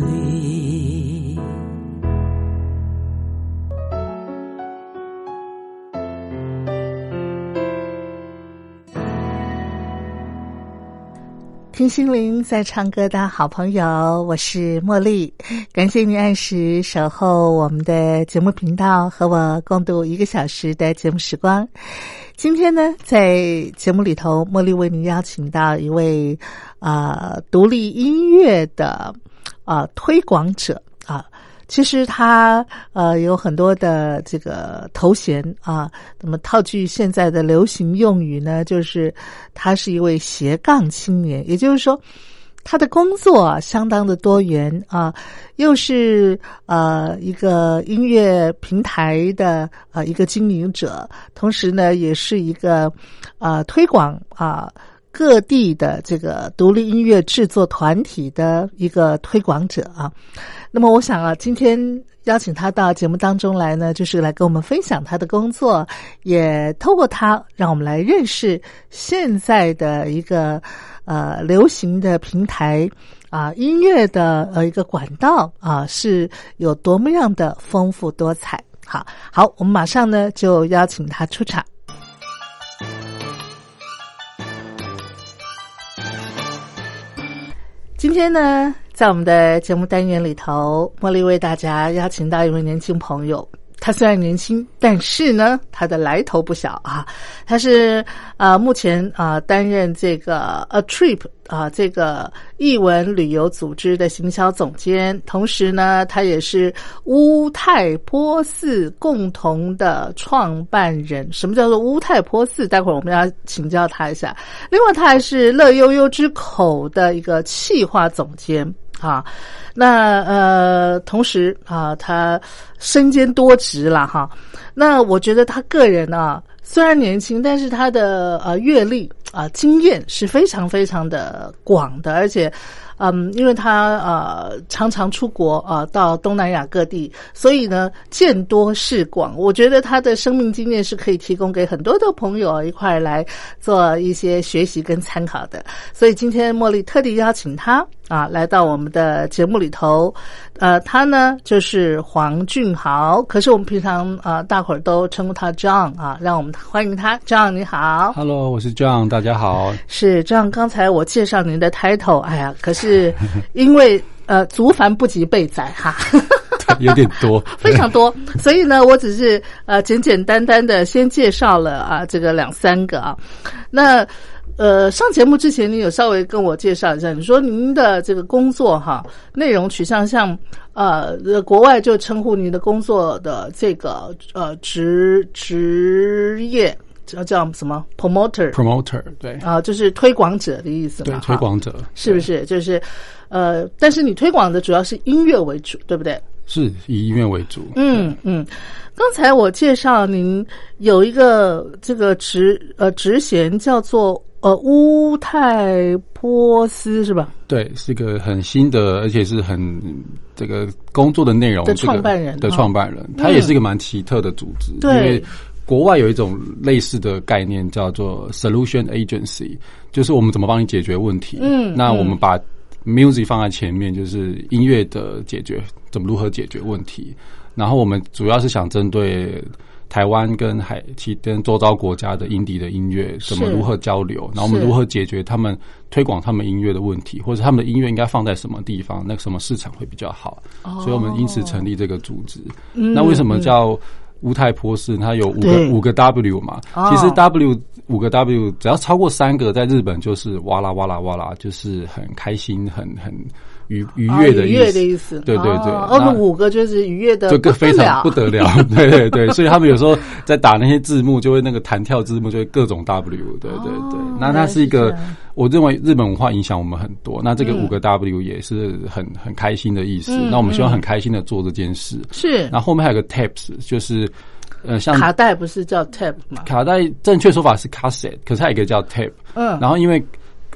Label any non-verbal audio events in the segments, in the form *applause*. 离。听心灵在唱歌的好朋友，我是茉莉，感谢您按时守候我们的节目频道，和我呃共度一个小时的节目时光。今天呢，在节目里头，茉莉为您邀请到一位呃独立音乐的呃推广者啊。其实他呃有很多的这个头衔啊，那么套句现在的流行用语呢，就是他是一位斜杠青年，也就是说，他的工作啊相当的多元啊，又是呃一个音乐平台的呃一个经营者，同时呢也是一个呃推广啊。各地的这个独立音乐制作团体的一个推广者啊，那么我想啊，今天邀请他到节目当中来呢，就是来跟我们分享他的工作，也透过他让我们来认识现在的一个呃流行的平台啊、音乐的呃一个管道啊、是有多么样的丰富多彩。好好，我们马上呢就邀请他出场。今天呢，在我们的节目单元里头，茉莉为大家邀请到一位年轻朋友。他虽然年轻，但是呢，他的来头不小啊。他是呃，目前啊、呃担任这个 A Trip 啊、这个译文旅游组织的行销总监，同时呢，他也是乌泰波寺共同的创办人。什么叫做乌泰波寺？待会儿我们要请教他一下。另外，他还是乐悠悠之口的一个企划总监。啊，那呃，同时啊，他身兼多职了哈。那我觉得他个人呢、虽然年轻，但是他的呃阅历啊、经验是非常非常的广的，而且，嗯，因为他呃常常出国啊、到东南亚各地，所以呢见多识广。我觉得他的生命经验是可以提供给很多的朋友一块儿来做一些学习跟参考的。所以今天茉莉特地邀请他啊来到我们的节目里头，呃，他呢就是黄俊豪，可是我们平常啊、呃大伙儿都称呼他 John 啊，让我们欢迎他，John 你好。 Hello，我是 John，大家好。 *laughs* 是这样，刚才我介绍您的 title，哎呀，可是因为呃，族繁不及备载哈，有点多， *laughs* 非常多，所以呢，我只是呃简简单单的先介绍了啊这个两三个啊。那呃上节目之前，你有稍微跟我介绍一下，你说您的这个工作哈内容取向像呃呃国外就称呼您的工作的这个呃职职业叫叫什么 promoter promoter，对啊、就是推广者的意思嘛对，哈推广者是不是？就是，呃，但是你推广的主要是音乐为主，对不对？是以音乐为主。嗯嗯。刚才我介绍您有一个这个职呃职衔叫做呃乌泰波斯是吧？对，是一个很新的，而且是很这个工作的内容的这个创办人的啊创办人，他也是一个蛮奇特的组织，对因为国外有一种类似的概念叫做 solution agency，就是我们怎么帮你解决问题。嗯那嗯我们把 music 放在前面，就是音乐的解决，怎么如何解决问题。然后我们主要是想针对台湾跟海其跟周遭国家的音底的音乐怎么是如何交流，然后我们是如何解决他们推广他们音乐的问题，或者他们的音乐应该放在什么地方，哦嗯那个什么市场会比较好。所以我们因此成立这个组织。那为什么叫乌泰坡市，它有五对个五个 W 嘛哦，其实 W 五个 W 只要超过三个，在日本就是哇啦哇啦哇啦，就是很开心、很很愉愉悦哦的愉意悦的思。意思。对对对哦，哦那那五个就是愉悦的，就更非常不不得了。得了， *laughs* 对对对，所以他们有时候在打那些字幕，就会那个弹跳字幕就会各种 W，对对对哦，那它是一原来个是这样，我认为日本文化影响我们很多，那这个嗯五个 W 也是很很开心的意思嗯，那我们希望嗯很开心的做这件事，是然后后面还有个 taps，就是呃像卡带不是叫 tap 吗？卡带，正确说法是 cassette，可是还有一个叫 tape。嗯， *laughs* 然后因为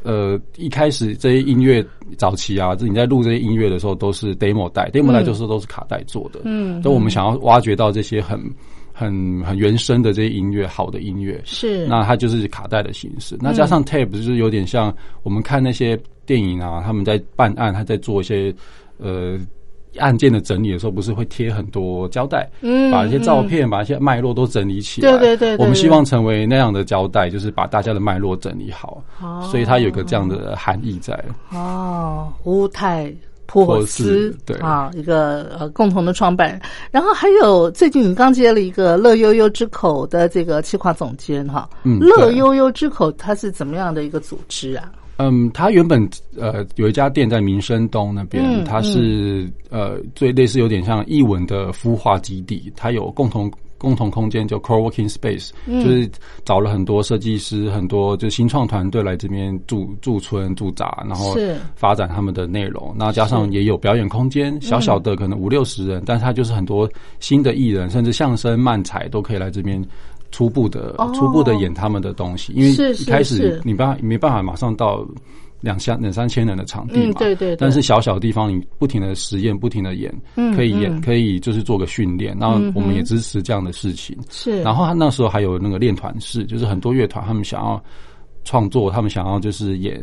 呃一开始这些音乐早期啊，这你在录这些音乐的时候都是 demo 带，demo 带就是都是卡带做的。嗯所以我们想要挖掘到这些很很很原生的这些音乐，好的音乐。是嗯那它就是卡带的形式，那加上 tape 就是有点像我们看那些电影啊，他们在办案，他在做一些呃案件的整理的时候，不是会贴很多胶带，嗯把一些照片、把一些脉络都整理起来。对对对对我们希对望成为那样的胶带，就是把大家的脉络整理好，哦所以它有个这样的含义在。哦，乌泰珀斯珀斯对啊，一个呃共同的创办人。然后还有最近你刚接了一个乐悠悠之口的这个企划总监哈，嗯乐对悠悠之口它是怎么样的一个组织啊？嗯，它原本呃有一家店在民生东那边，嗯它是呃最类似有点像译文的孵化基地，它有共同。共同空间就 co-working space，、就是嗯找了很多设计师，很多就新创团队来这边驻驻村驻扎，然后是发展他们的内容。那加上也有表演空间，小小的可能五六十嗯人，但是它就是很多新的艺人，甚至相声、漫才都可以来这边初步的、哦初步的演他们的东西，因为是一开是始是你办没办法马上到两三两三千人的场地嘛，嗯对对对但是小小的地方，你不停的实验，不停的演，嗯可以演，嗯可以就是做个训练。然后嗯哼我们也支持这样的事情。是，然后他那时候还有那个练团式，就是很多乐团他们想要创作，他们想要就是演，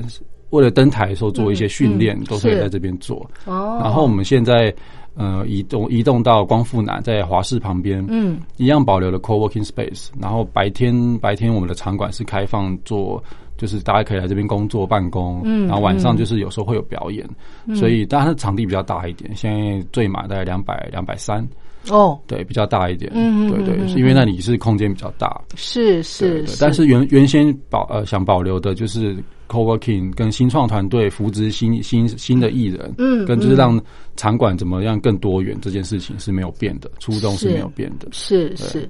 为了登台的时候做一些训练，嗯嗯都可以是在这边做。哦，然后我们现在呃移动移动到光复南，在华视旁边，嗯一样保留了 co-working space，然后白天白天我们的场馆是开放做，就是大家可以来这边工作办公，嗯然后晚上就是有时候会有表演，所以当然它场地比较大一点，现在最满大概两百两百三，哦对，比较大一点，嗯嗯对嗯对，嗯是因为那里是空间比较大，是是对对，但是原原先保呃想保留的就是 co-working 跟新创团队扶植新新新的艺人，嗯跟就是嗯让场馆怎么样更多元这件事情是没有变的，初衷是是没有变的，是是，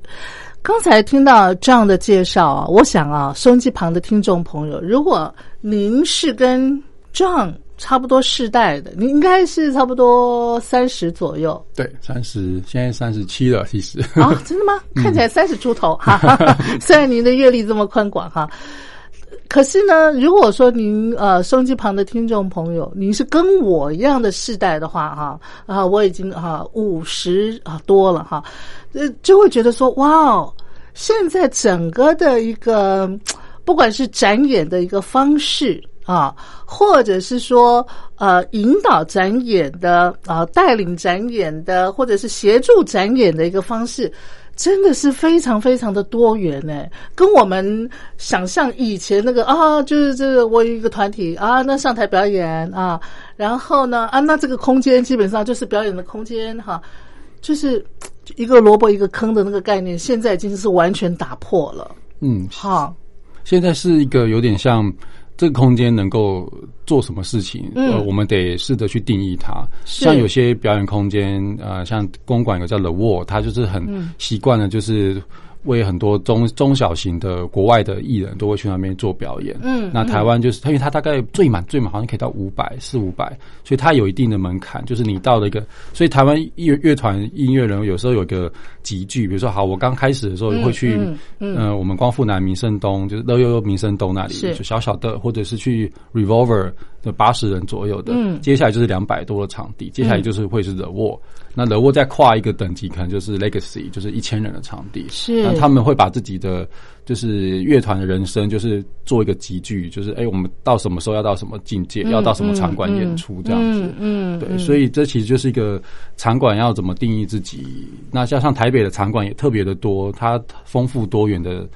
刚才听到这样的介绍啊，我想啊，收音机旁的听众朋友，如果您是跟 John 差不多世代的，你应该是差不多三十左右对，三十，现在三十七了，其实。 *laughs* 啊，真的吗？看起来三十出头哈， *laughs* 哈哈虽然您的阅历这么宽广哈。可是呢，如果说您呃收音机旁的听众朋友，您是跟我一样的世代的话，哈啊我已经啊五十啊多了哈，呃就会觉得说哇哦，现在整个的一个嗯不管是展演的一个方式啊，或者是说呃引导展演的啊带领展演的，或者是协助展演的一个方式，真的是非常非常的多元呢、跟我们想象以前那个啊，就是这个我有一个团体啊，那上台表演啊，然后呢啊，那这个空间基本上就是表演的空间哈、就是嘖一个萝卜一个坑的那个概念，现在已经是完全打破了嗯，哈。现在是一个有点像这个空间能够做什么事情，嗯呃，我们得试着去定义它。是像有些表演空间，呃，像公馆有叫 The Wall，它就是很嗯习惯了，就是。为很多中中小型的国外的艺人都会去那边做表演，嗯那台湾就是它，因为它大概最满最满好像可以到五百四五百，所以它有一定的门槛，就是你到了一个，所以台湾乐乐团音乐人有时候有一个集聚，比如说好，我刚开始的时候会去，嗯嗯嗯呃，我们光复南民生东就是乐悠悠民生东那里，是就小小的，或者是去 Revolver 的八十人左右的，嗯接下来就是两百多的场地，接下来就是会是 The Wall，、那 The Wall 再跨一个等级，可能就是 Legacy，就是一千人的场地，是那他们会把自己的就是乐团的人生，就是做一个集聚，就是哎、我们到什么时候要到什么境界，要到什么场馆演出这样子。嗯嗯，嗯对，所以这其实就是一个场馆要怎么定义自己。那加上台北的场馆也特别的多，它丰富多元的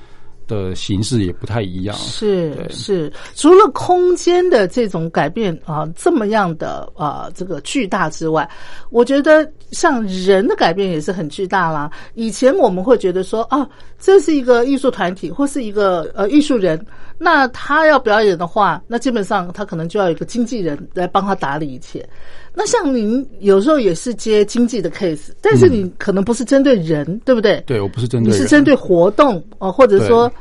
的形式也不太一样。是对是，除了空间的这种改变啊，这么样的啊，这个巨大之外，我觉得像人的改变也是很巨大啦。以前我们会觉得说啊，这是一个艺术团体或是一个呃艺术人，那他要表演的话，那基本上他可能就要有一个经纪人来帮他打理一切。那像您有时候也是接经济的 case，但是你可能不是针对人，对不对？对我不是针你对嗯是人针对活动哦、呃或者说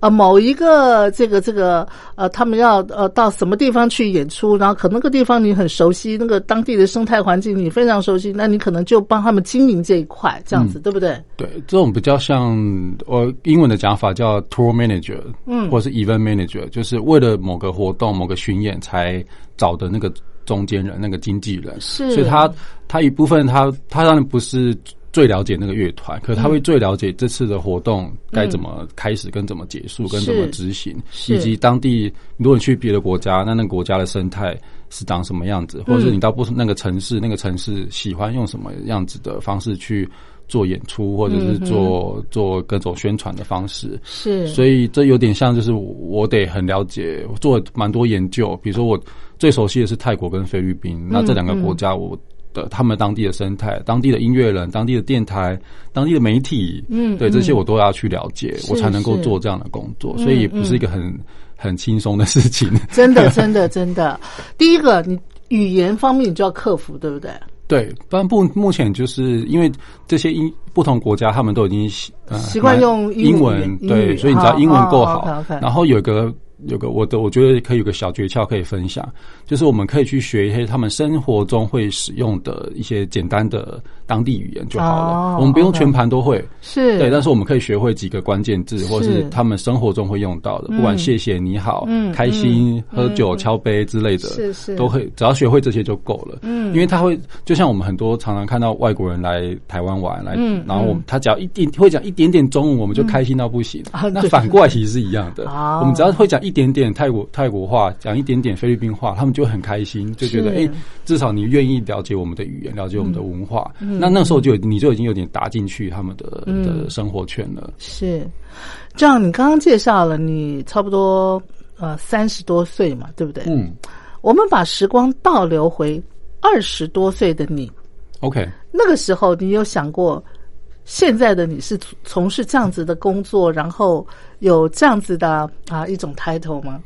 呃某一个这个这个呃，他们要呃到什么地方去演出，然后可能那个地方你很熟悉，那个当地的生态环境你非常熟悉，那你可能就帮他们经营这一块，这样嗯子、对不对？对，这种比较像呃英文的讲法叫 tour manager，嗯，或是 event manager，就是为了某个活动、某个巡演才找的那个中间人、那个经纪人。是所以他他一部分他他当然不是最了解那个乐团，可是他会最了解这次的活动该怎么开始、跟怎么结束、跟嗯是怎么执行，是以及当地如果你去别的国家，那那个国家的生态是长什么样子，嗯或者是你到不同那个城市，那个城市喜欢用什么样子的方式去。做演出，或者嗯是做、做各种宣传的方式，是，所以这有点像，就是我得很了解，我做蛮多研究。比如说，我最熟悉的是泰国跟菲律宾，嗯那这两个国家，我的他们当地的生态、当地的音乐人、当地的电台、当地的媒体，嗯对嗯这些我都要去了解，是我才能够是嗯做这样的工作。所以也不是一个很很轻松的事情。真 *laughs* 的真的真的，第一个你语言方面你就要克服，对不对？对，但不目前就是因为这些英不同国家，他们都已经习呃习惯用蛮英语英文，英语对，所以你只要英文够好，哦哦，OK，OK 然后有个有个我的我觉得可以有个小诀窍可以分享，就是我们可以去学一些他们生活中会使用的一些简单的当地语言就好了，哦我们不用 OK 全盘都会。是，对，但是我们可以学会几个关键字，或是是他们生活中会用到的，不管谢谢、你好、嗯开心、喝酒、敲杯之类的，是是都可以，只要学会这些就够了。嗯，因为他会，就像我们很多常常看到外国人来台湾玩，来，嗯然后我们他只要一点会讲一点点中文，我们就开心到不行。啊那对反过来其实是一样的，哦我们只要会讲一点点泰国泰国话，讲一点点菲律宾话，他们就很开心，就觉是得嗯哎、诶至少你愿意了解我们的语言，了解我们的文化。那那时候就有你就已经有点打进去他们的、嗯的生活圈了。是，这样你刚刚介绍了，你差不多呃三十多岁嘛，对不对？嗯我们把时光倒流回二十多岁的你， ，OK，那个时候你有想过，现在的你是从从事这样子的工作，然后有这样子的啊一种 title 吗？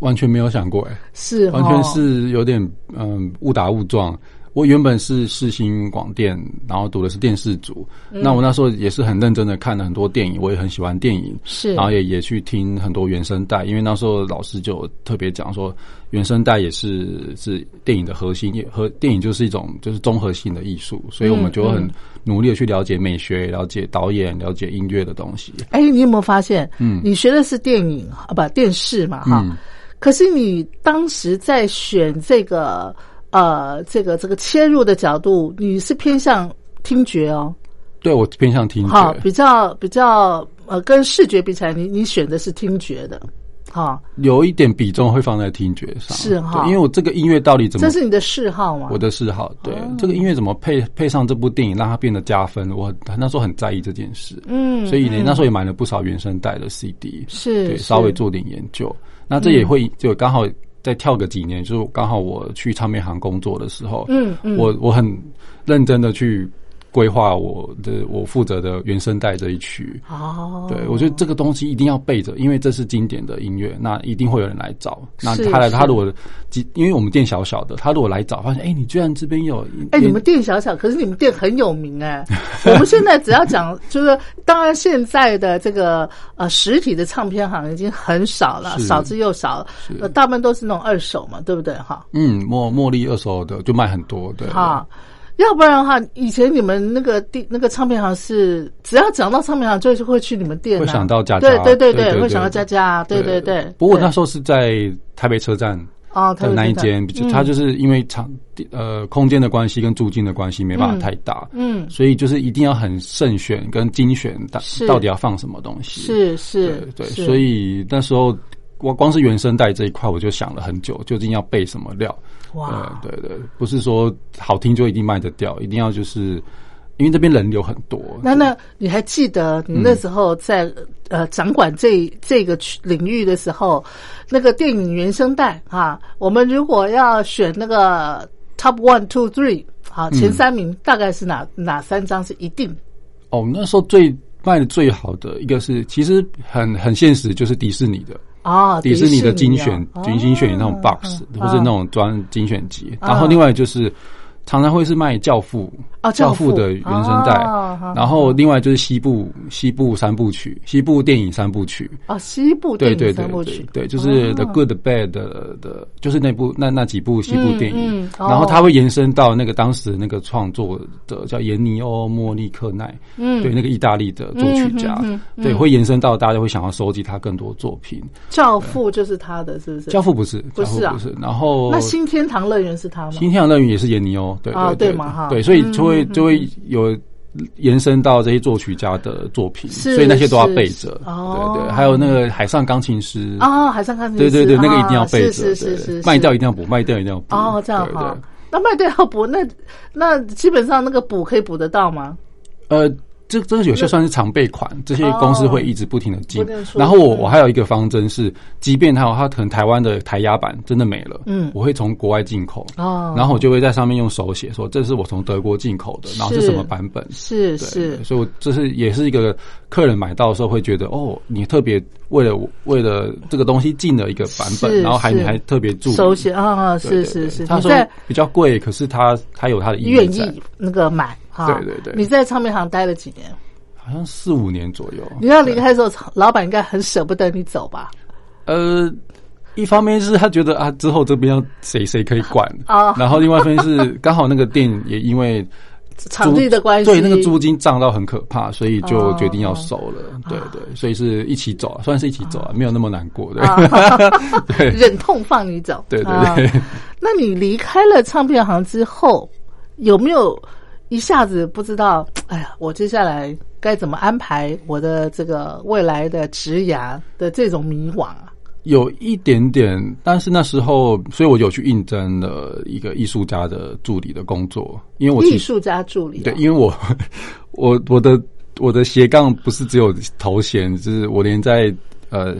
完全没有想过哎、诶是，完全哦是有点嗯误打误撞。我原本是世新广电，然后读的是电视组。嗯那我那时候也是很认真的看了很多电影，我也很喜欢电影，是，然后啊也也去听很多原声带，因为那时候老师就有特别讲说，原声带也是是电影的核心，也和电影就是一种就是综合性的艺术，所以我们嗯就很努力的去了解美学、了解导演、了解音乐的东西。哎，你有没有发现？嗯你学的是电影啊，不电视嘛，哈。嗯可是你当时在选这个呃这个这个切入的角度，你是偏向听觉哦，对我偏向听好，觉，比较比较呃跟视觉比起来，你你选的是听觉的，哈，有一点比重会放在听觉上，是哈对因为我这个音乐到底怎么这是哦你的嗜好吗？我的嗜好，对、这个音乐怎么配配上这部电影，让它变得加分，我很那时候很在意这件事，嗯，所以呢，那时候也买了不少原声带的 CD，是对，是稍微做点研究。那这也会就刚好再跳个几年，就是刚好我去唱片行工作的时候，嗯嗯我我很认真的去规划我的我负责的原声带这一区。哦，对，我觉得这个东西一定要备着，因为这是经典的音乐，那一定会有人来找。那是他来，是他如果即因为我们店小小的，他如果来找，发现哎、诶你居然这边有，哎，你们店小小，可是你们店很有名 *laughs* 哎。我们现在只要讲，就是当然现在的这个呃实体的唱片行已经很少了，是少之又少了，呃大部分都是那种二手嘛，对不对哈？嗯，茉茉莉二手的就卖很多，对，哈，要不然的话，以前你们那个地那个唱片行是，只要讲到唱片行，就是会去你们店啊、会想到佳佳对对对对对，对会想到佳佳，对对对。不过我那对时候是在台北车站哦，他的会那一知道间，比较它就是因为场地呃空间的关系跟租金的关系没办法太大，嗯，所以就是一定要很慎选跟精选，到是到底要放什么东西。是是对，对，是所以那时候我光是原声带这一块，我就想了很久，究竟要备什么料。哇，呃，对对，不是说好听就一定卖得掉，一定要就是因为这边人流很多。那那你还记得你那时候在、嗯呃掌管这这个区领域的时候，那个电影原声带啊，我们如果要选那个 top one two three 嗯好前三名，大概是哪哪三张是一定？哦，那时候最卖的最好的一个是，其实很很现实，就是迪士尼的。哦，迪士尼的精选啊，精精选那种哦 box，嗯或是那种专精选集。啊然后另外就是常常会是卖《教父》哦教教父父》的原声带哦好，然后另外就是西部西部三部曲，西部电影三部曲。哦西部电对对影对三部对曲，对，就是哦 The Good The Bad 的的，就是那部那那几部西部电嗯影嗯，哦然后它会延伸到那个当时那个创作的叫延尼欧·莫利克奈，嗯对，那个意大利的作曲家嗯嗯嗯嗯，对，会延伸到大家会想要收集他更多作品。教父就是他的，是不是？教父不是，不教是父啊不是。然后那新天堂乐园是他吗？新天堂乐园也是延尼欧，对啊对对嘛哈对，所以就嗯嗯会嗯就会有延伸到这些作曲家的作品，是所以那些都要是背是着。哦对对，还有那个海上钢琴师，啊，海上钢琴对对对，师那个一定要啊背着，是是对是是，卖掉一是定要补，卖掉一定要补。哦，这样对哈对。那卖掉要补，那那基本上那个补可以补得到吗？呃，这这有些算是常备款，这些公司会一直不停的进不停地。出然后我嗯我还有一个方针是，即便它有它可能台湾的台压版真的没了，嗯我会从国外进口。哦，然后我就会在上面用手写说这是我从德国进口的，然后是什么版本。是对是对所以我这是也是一个客人买到的时候会觉得哦，你特别为了我为了这个东西进了一个版是本，然后还是你还特别注意手写啊，对是对是对是，他你说在比较贵，可是他他有他的意愿义在，意那个买哈？对对对你在唱片行待了几年？好像四五年左右。你要离开的时候，老板应该很舍不得你走吧？呃，一方面是他觉得啊，之后这边要谁谁可以管哦然后另外一方面是刚好那个店也因为场地的关系，对那个租金涨到很可怕，所以就哦啊决定要收了。对对，所以是一起走，算是一起走啊，没有那么难过。对、对忍痛放你走。 *laughs* 对啊对对。那你离开了唱片行之后，有没有一下子不知道？哎呀，我接下来该怎么安排我的这个未来的职涯的这种迷惘啊？有一点点，但是那时候，所以我有去应征了一个艺术家的助理的工作，因为我艺其实术家助理啊、对，因为我 *laughs* 我我的我的斜杠不是只有头衔，就是我连在呃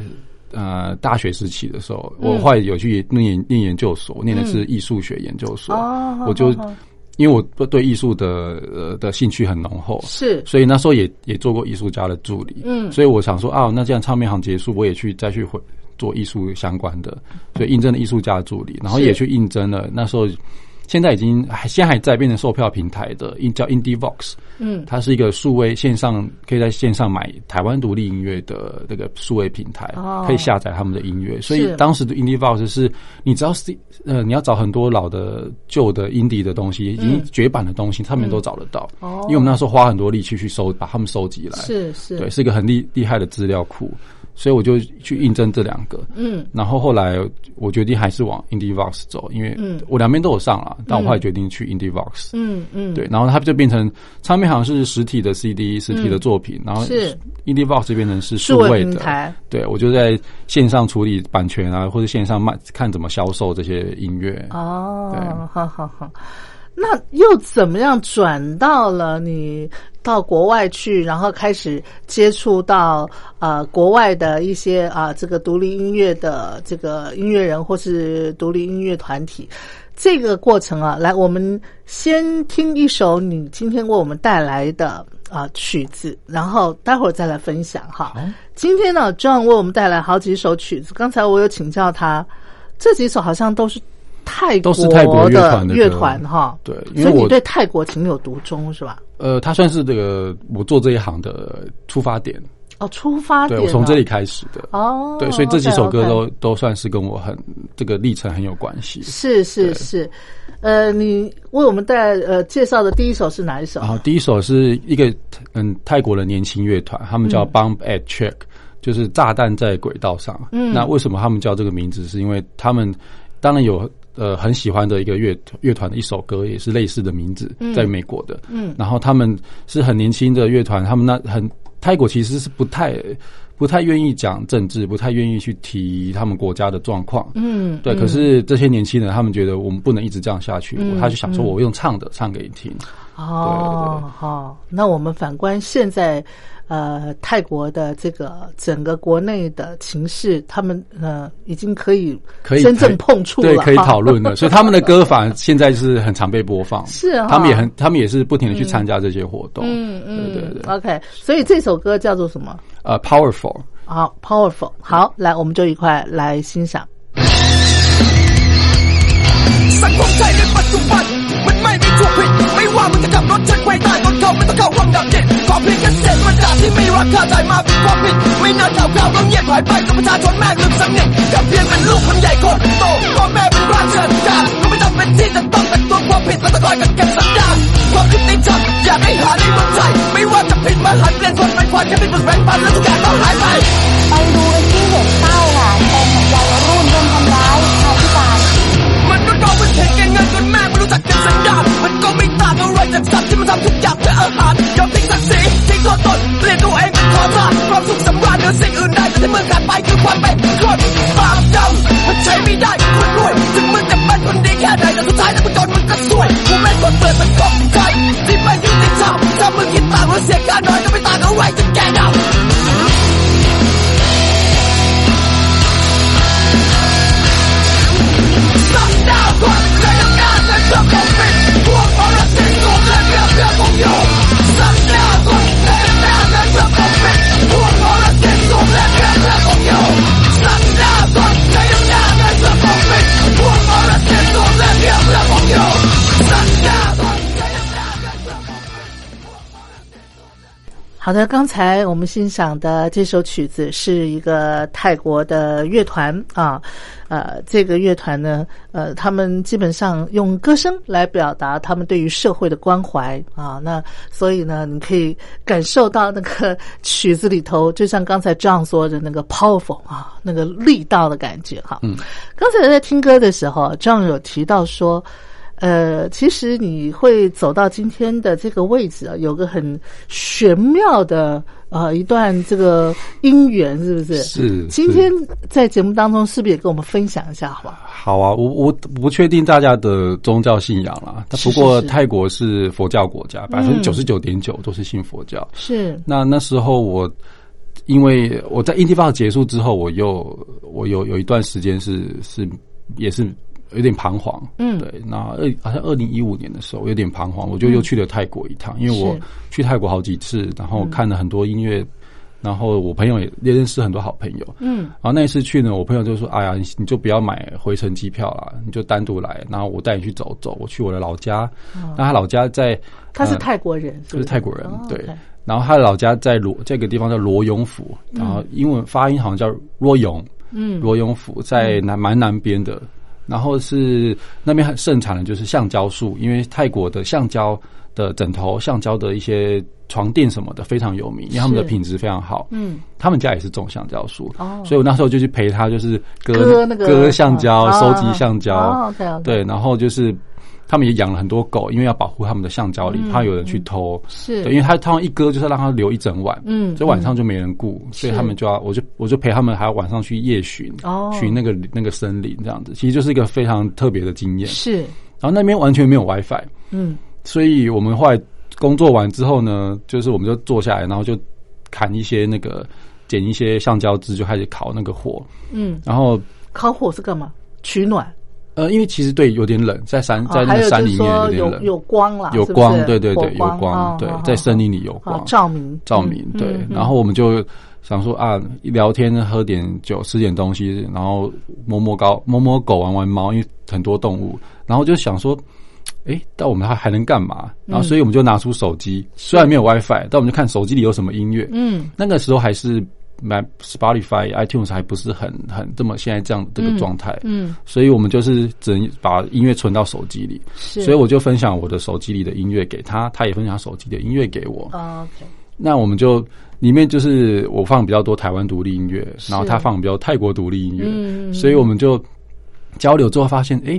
呃大学时期的时候，我嗯后来有去念研念研究所，念的是艺术学研究所，哦，好我就好好因为我对对艺术的呃的兴趣很浓厚，是所以那时候也也做过艺术家的助理，嗯所以我想说啊，那这样唱片行结束，我也去再去回做艺术相关的，所以应征了艺术家的助理，然后是也去应征了。那时候现在已经还现在还在变成售票平台的，应叫 IndieVox，嗯它是一个数位线上可以在线上买台湾独立音乐的那个数位平台，哦可以下载他们的音乐。所以是当时的 IndieVox 是，你只要是呃你要找很多老的旧的 Indie 的东西，已经嗯绝版的东西，他们都找得到。哦因为我们那时候花很多力气去收，把他们收集来，是是呃对，是一个很厉厉害的资料库，所以我就去应征这两个。嗯然后后来我决定还是往 IndieVox 走，因为嗯我两边都有上了，但我后来决定去 IndieVox。嗯嗯对，然后它就变成唱片行是实体的 CD、实体的作品，然后嗯是 IndieVox 就变成是数数位位平的。台对，我就在线上处理版权啊，或者线上卖，看怎么销售这些音乐。哦对，好好好。那又怎么样转到了你到国外去，然后开始接触到呃国外的一些啊、这个独立音乐的这个音乐人或是独立音乐团体，这个过程啊，来我们先听一首你今天为我们带来的啊、曲子，然后待会儿再来分享哈。好今天呢，John 为我们带来好几首曲子。刚才我有请教他，这几首好像都是泰国都是泰国乐团的歌乐团哈。对因为所以你我对泰国情有独钟是吧？呃，它算是这个我做这一行的出发点，哦，出发点对啊、我从这里开始的。哦，对，所以这几首歌 OK，OK 都都算是跟我很这个历程很有关系。是是是。呃，你为我们带呃介绍的第一首是哪一首？然后啊第一首是一个嗯泰国的年轻乐团，他们叫 Bomb at Check，、就是炸弹在轨道上。嗯那为什么他们叫这个名字？是因为他们当然有呃很喜欢的一个乐乐团的一首歌，也是类似的名字嗯，在美国的。嗯然后他们是很年轻的乐团，他们那很泰国其实是不太不太愿意讲政治，不太愿意去提他们国家的状况。嗯，对，嗯可是这些年轻人他们觉得我们不能一直这样下去，嗯他就想说嗯我用唱的唱给你听，哦，好，那我们反观现在，呃，泰国的这个整个国内的情势，他们呃已经可以可以真正谈碰触了，对，可以哈讨 *laughs* 论的。所以他们的歌反而现在是很常被播放，是啊他们也很，他们也是不停的去参加这些活动。嗯嗯，对对对 OK，所以这首歌叫做什么？呃，powerful，好，Powerful。好，来，我们就一块来欣赏。 สังคมไทยในปัจจุบัน มันไม่มีถูกผิด ไม่ว่ามันจะขับรถชนใครตายบนเขาไม่ต้องเข้าห้องดับจิตขอเพียงแค่เศษวัดาที่ไม่ราคาจ่ายมาเป็นความผิด ไม่น่าข่าวข่าวต้องเงียบหายไปกับประชาชนแม่งลืมสังเกตกับเพียงเป็นลูกคนใหญ่คนโตพ่อแม่เป็นราชการก็ไม่จำเป็นที่จะต้องเป็นตัวความผิดและตะกอยกันเก็บสัญญาความคิดในใจอยากให้หาในเมืองไทยไม่ว่าจะผิดมาหันเรียนคนไม่ควรแค่เป็นฝึกแบงค์พันและทุกอย่างต้องหายไป ไปดูกันที่เหตุเศร้าค่ะเป็นของวัยรุ่นโดนทำร้ายชายพิการ มันก็กองเป็นเห็นแก่เงินจนแม่ไม่รู้จักเก็บสัญญาณมันก็ไม่ต่างอะไรจากสัตว์ที่มันทำทุกอย่างเพื่ออาหารยอมทิ้งศักดิ์ศรีทิ้งตัวตนเปลี่ยนตัวเองเป็นขอทานความสุขสำราญเหนือสิ่งอื่นใดแต่ที่มึงขาดไปคือความเป็นคนบาปจำมันใช้ไม่ได้กับคนรวยถึงมึงจะเป็นคนดีแค่ไหนแต่สุดท้ายแล้วมึงจนมึงก็ซวยกูไม่คนเปิดมันก็ใครที่ไม่ยุติธรรมถ้ามึงคิดต่างหรือเสียค่าน้อยก็ไม่ต่างเอาไว้จนแก่ดำ สักดาวคนใจยังงานและจะต้องเป็นพวกมรสิงโลกและเรือเรือของโยมสักดาวคนใจยังงานและจะต้องเป็นพวกมรสิงโลกและเรือเรือของโยมสักดาวคนใจยังงานและจะต้องเป็นพวกมรสิงโลกและเรือเรือของโยมสักดาวคน 好的，刚才我们欣赏的这首曲子是一个泰国的乐团啊，呃，这个乐团呢，呃，他们基本上用歌声来表达他们对于社会的关怀啊。那所以呢，你可以感受到那个曲子里头，就像刚才 John 说的那个 powerful 啊，那个力道的感觉哈、嗯，刚才在听歌的时候，John 有提到说。呃，其实你会走到今天的这个位置啊，有个很玄妙的呃一段这个姻缘，是不是？是今天在节目当中，是不是也跟我们分享一下，好吧？好啊，我我不确定大家的宗教信仰啦，但是不过是嗯泰国是佛教国家，百分之九十九点九都是信佛教。是，那那时候我，因为我在 Indie Funk 结束之后，我又我有有一段时间是是也是有点彷徨，嗯对。那二好像二零一五年的时候，我有点彷徨，我就又去了泰国一趟，因为我是嗯去泰国好几次，然后看了很多音乐，然后我朋友也也认识很多好朋友，嗯，然后那一次去呢，我朋友就说：“哎呀，你你就不要买回程机票啦，你就单独来，然后我带你去走走。我去我的老家，那他老家在他是呃泰国人，就是不是泰国人哦对 OK 然后他的老家在罗这个地方叫罗永府，然后英文发音好像叫罗永，嗯，罗永府在南蛮南边的，然后是那边很盛产的就是橡胶树，因为泰国的橡胶的枕头、橡胶的一些床垫什么的非常有名，因为他们的是品质非常好。嗯，他们家也是种橡胶树，哦所以我那时候就去陪他，就是割割那个割橡胶、哦收集橡胶，哦，OK，OK 对，然后就是他们也养了很多狗，因为要保护他们的橡胶嗯林，怕有人去偷。是，对，因为他他们一割就是让它留一整晚，嗯所以晚上就没人顾，所以是他们就要，我就我就陪他们还要晚上去夜巡，哦巡那个那个森林这样子，其实就是一个非常特别的经验。嗯是，然后那边完全没有 WiFi，嗯，所以我们后来工作完之后呢，就是我们就坐下来，然后就砍一些那个捡一些橡胶枝，就开始烤那个火。嗯，然后烤火是干嘛？取暖，呃，因为其实对有点冷，在山哦在那还个有山就是里面说点有冷，有光啦，有是不光是对对火对，有光，对哦，在森哦林里有哦光，照明，啊照明嗯对嗯。嗯然后我们就想说啊，聊天喝点酒，吃点东西，然后摸摸高摸摸狗，玩玩猫，因为很多动物。然后就想说，诶，但我们还还能干嘛？嗯然后所以我们就拿出手机，虽然没有 WiFi，但我们就看手机里有什么音乐。嗯，那个时候还是买 Spotify、iTunes 还不是很很这么现在这样的这个状态。嗯，所以我们就是只能把音乐存到手机里，是，所以我就分享我的手机里的音乐给他，他也分享手机的音乐给我。哦，OK，那我们就里面就是我放比较多台湾独立音乐，然后他放比较泰国独立音乐，嗯所以我们就交流之后发现，哎、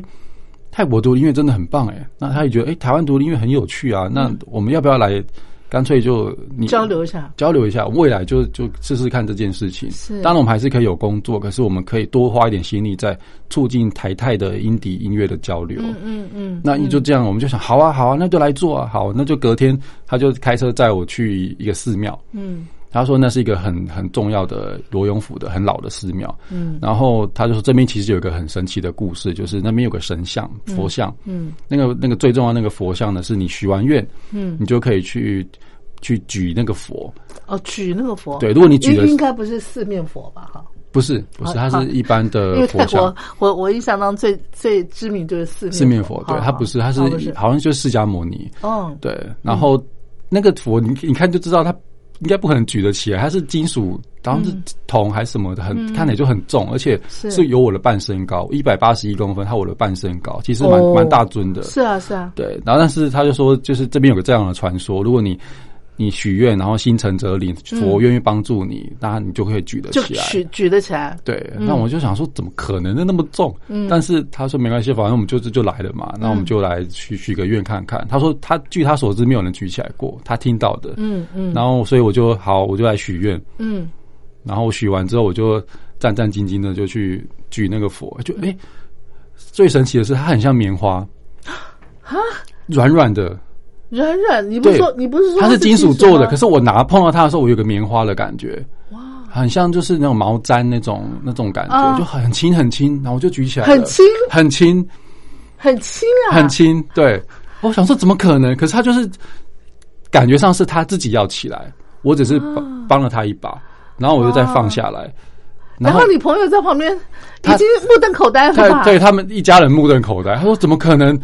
泰国独立音乐真的很棒哎、那他也觉得，哎、台湾独立音乐很有趣啊，那我们要不要来干脆就你嗯交流一下，交流一下，未来就就试试看这件事情。是当然我们还是可以有工作，可是我们可以多花一点心力在促进台泰的音底音乐的交流。嗯嗯嗯，那就这样，我们就想，好啊，好啊，那就来做啊，好，那就隔天他就开车载我去一个寺庙，嗯他说那是一个很很重要的罗永府的很老的寺庙，嗯然后他就说这边其实有一个很神奇的故事，就是那边有个神像佛像，嗯那个那个最重要的那个佛像呢，是你许完愿，嗯，你就可以去去举那个佛，哦，举那个佛，对，如果你举应的应该不是四面佛吧？哈，不是不是，它好是一般因为的泰呃国佛像。我我印象当中最最知名就是四面四面佛，对，哈它不是，它是哦不是好像就是释迦牟尼，哦，对，然后那个佛，你你看就知道它应该不可能举得起来，它是金属，然后是铜还是什么的，很、看起来就很重，而且嗯是是有我的半身高，一百八十一公分，它我的半身高，其实蛮哦蛮、大尊的。是啊是啊，对，然后但是他就说，就是这边有个这样的传说，如果你你许愿，然后心诚则灵，佛愿意帮助你，那你就可以举得嗯就呃起来。举举得起来，对，那我就想说，怎么可能呢？那么重？但是他说没关系，反正我们就就就来了嘛，那我们就来许许个愿看看。他说他据他所知，没有人举起来过，他听到的。嗯嗯然后所以我就好，我就来许愿。嗯，然后我许完之后，我就战战兢兢的就去举那个佛，就哎、诶最神奇的是它很像棉花，软软的，软软，你不是对说你不是说它是金属做的，吗可是我拿碰到它的时候，我有个棉花的感觉，哇，很像就是那种毛毡那种那种感觉，啊就很轻很轻，然后我就举起来了，很轻很轻很轻啊，很轻，对，我想说怎么可能？可是它就是感觉上是他自己要起来，我只是啊帮帮了他一把，然后我就再放下来，啊然后你朋友在旁边已他经目瞪口呆了他吧？对他们一家人目瞪口呆，他说怎么可能？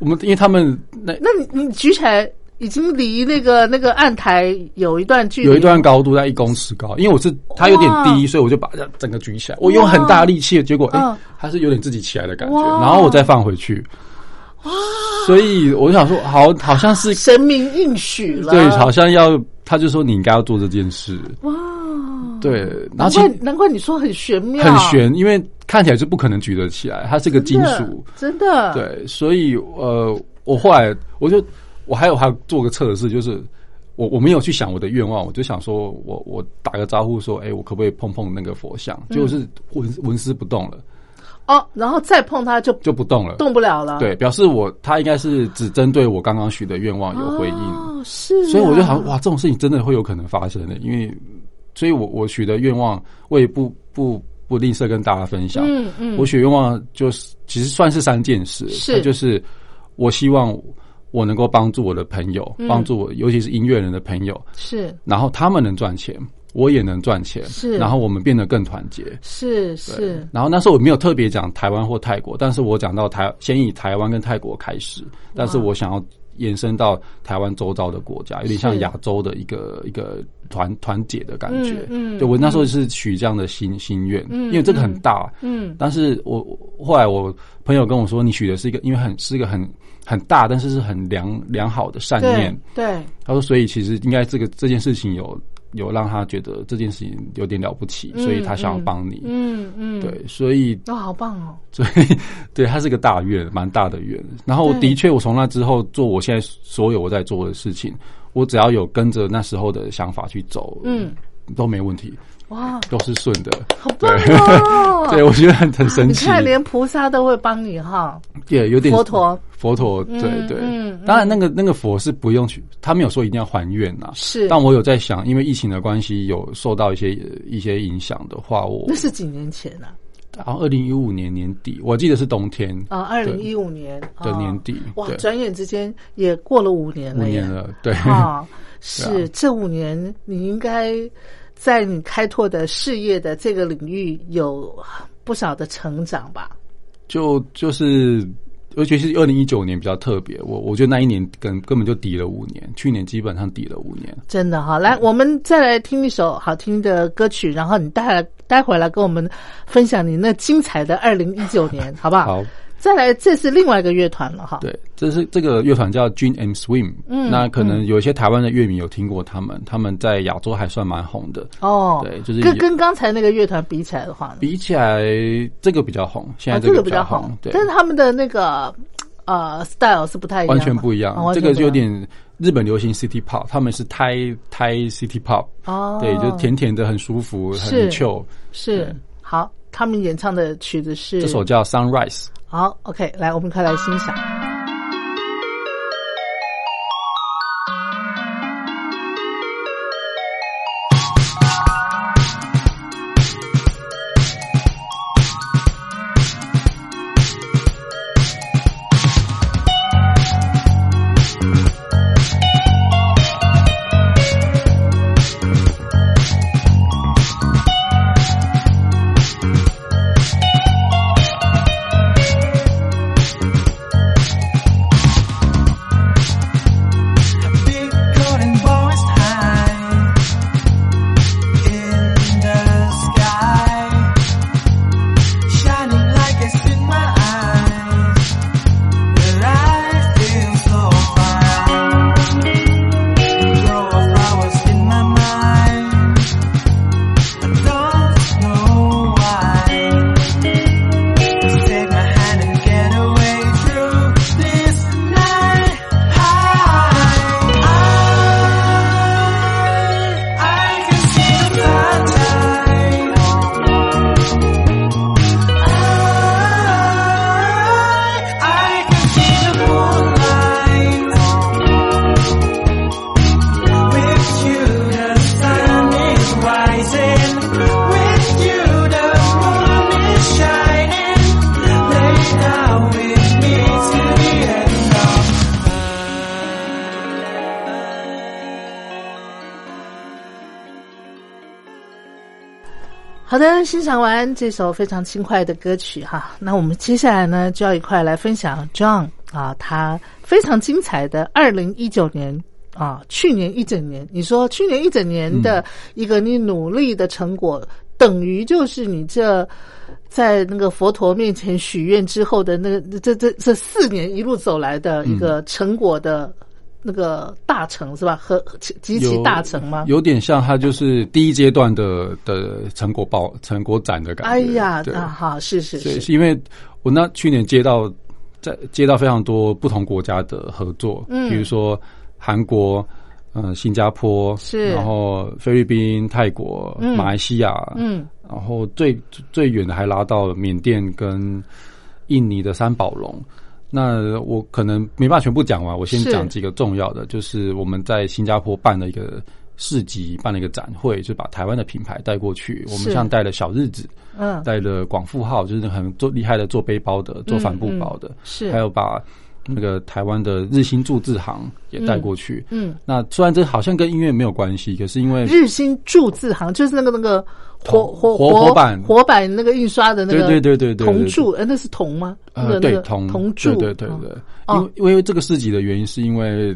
我们因为他们那那你你举起来已经离那个那个案台有一段距离，有一段高度在一公尺高，因为我是它有点哇低，所以我就把它整个举起来。我用很大力气，结果哎、嗯它是有点自己起来的感觉，哇然后我再放回去。所以我想说，好，好像是神明应许了，对，好像要，他就说你应该要做这件事，哇，对，然难后其怪实难怪你说很玄妙，很悬，因为看起来是不可能举得起来，它是个金真的，属，真的，，对，所以呃，我后来我就我还有还有做个测试，就是我我没有去想我的愿望，我就想说我我打个招呼说，哎、我可不可以碰碰那个佛像？嗯就是纹纹丝不动了，哦，然后再碰它就就不动了。动不了了，对，表示我他应该是只针对我刚刚许的愿望有回应，哦，是啊，所以我就好像哇，这种事情真的会有可能发生的，因为所以我我许的愿望我也不不不吝啬跟大家分享，嗯嗯，我许愿望就是其实算是三件事，是它就是我希望我能够帮助我的朋友，嗯帮助我，尤其是音乐人的朋友，是然后他们能赚钱，我也能赚钱，是然后我们变得更团结。是对是，然后那时候我没有特别讲台湾或泰国，但是我讲到台，先以台湾跟泰国开始，但是我想要延伸到台湾周遭的国家，有点像是亚洲的一个一个团团结的感觉。嗯嗯对我那时候是许这样的心心愿，因为这个很大，嗯但是我我后来我朋友跟我说，你许的是一个，因为很是一个很很大，但是是很良良好的善对念。对，他说，所以其实应该这个这件事情有有让他觉得这件事情有点了不起，嗯所以他想要帮你。嗯嗯，，对，所以哦，好棒哦，所以 *laughs* 对，他是个大愿，蛮大的愿。然后我对的确，我从那之后做我现在所有我在做的事情，我只要有跟着那时候的想法去走，嗯，都没问题，哇，都是顺的。，好棒哦啊对，我觉得 *laughs* 很很神你奇。看，连菩萨都会帮你哈，也有点佛陀，佛陀，对嗯对。嗯嗯当然，那个那个佛是不用去，他没有说一定要还愿呐、是但我有在想，因为疫情的关系，有受到一些一些影响的话，我那是几年前啊了然后二零一五年年底，我记得是冬天啊，二零一五年的啊年底，哇，对，转眼之间也过了五年五了耶，年了，对，啊，是这五年你应该在你开拓的事业的这个领域有不少的成长吧？ *laughs* 就就是。尤其是二零一九年比较特别，我我觉得那一年根根本就抵了五年，去年基本上抵了五年。真的哈，嗯来，我们再来听一首好听的歌曲，然后你待待会儿来跟我们分享你那精彩的二零一九年，好不好？好，再来，这是另外一个乐团了哈。对，这是这个乐团叫 Gin and Swim，嗯，那可能有一些台湾的乐迷有听过他们，他们在亚洲还算蛮红的。哦，对就是跟有跟刚才那个乐团比起来的话呢，比起来，这个比较红，现在啊这个比较较红，对但，是他们的那个。呃 style 是不太一样完吗，全不一样哦。完这全个不就有点日本流行 City Pop，他们是 Thai Thai City Pop，、哦，对，就甜甜的，很舒服，是很 chill。是对好。他们演唱的曲子是这首叫 Sunrise。好，OK，来，我们快来欣赏。 Big golden boys high in the sky, shining like a in my eyes. The light feels so fine. Grow flowers in my mind. I don't know why. Take my hand and get away through this night high. I I can see the sunshine. I I can see the moonlight. With you the sun is rising. With you the moon is shining. Lay down with me to the end of. 好的，欣赏完这首非常轻快的歌曲哈，那我们接下来呢，就要一块来分享 John 啊，他非常精彩的二零一九年啊，去年一整年，你说去年一整年的一个你努力的成果，等于就是你这在那个佛陀面前许愿之后的那个这这这四年一路走来的一个成果的那个大成是吧？和极其有大成吗？有点像它就是第一阶段的的成果报成果展的感觉。哎呀，对，啊哈，是是对，是，是因为我那去年接到在接到非常多不同国家的合作，嗯比如说韩国。嗯，新加坡是然后菲律宾、泰国、嗯马来西亚，嗯。然后最最远的还拉到缅甸跟印尼的三宝龙。那我可能没办法全部讲完，我先是讲几个重要的，就是我们在新加坡办了一个市集，办了一个展会，就把台湾的品牌带过去。我是们像带了小日子，嗯，带了广富号，就是很做厉害的做背包的，做帆布包的，是，还有把那个台湾的日新铸字行也带过去。嗯，那虽然这好像跟音乐没有关系，可是因为日新注字行就是那个那个活活活活版活版那个印刷的那个对对对对对对铜柱，呃，那是铜吗？那呃，个对那，个同铜柱，对对对哦对，哦因为因为这个市集的原因，是因为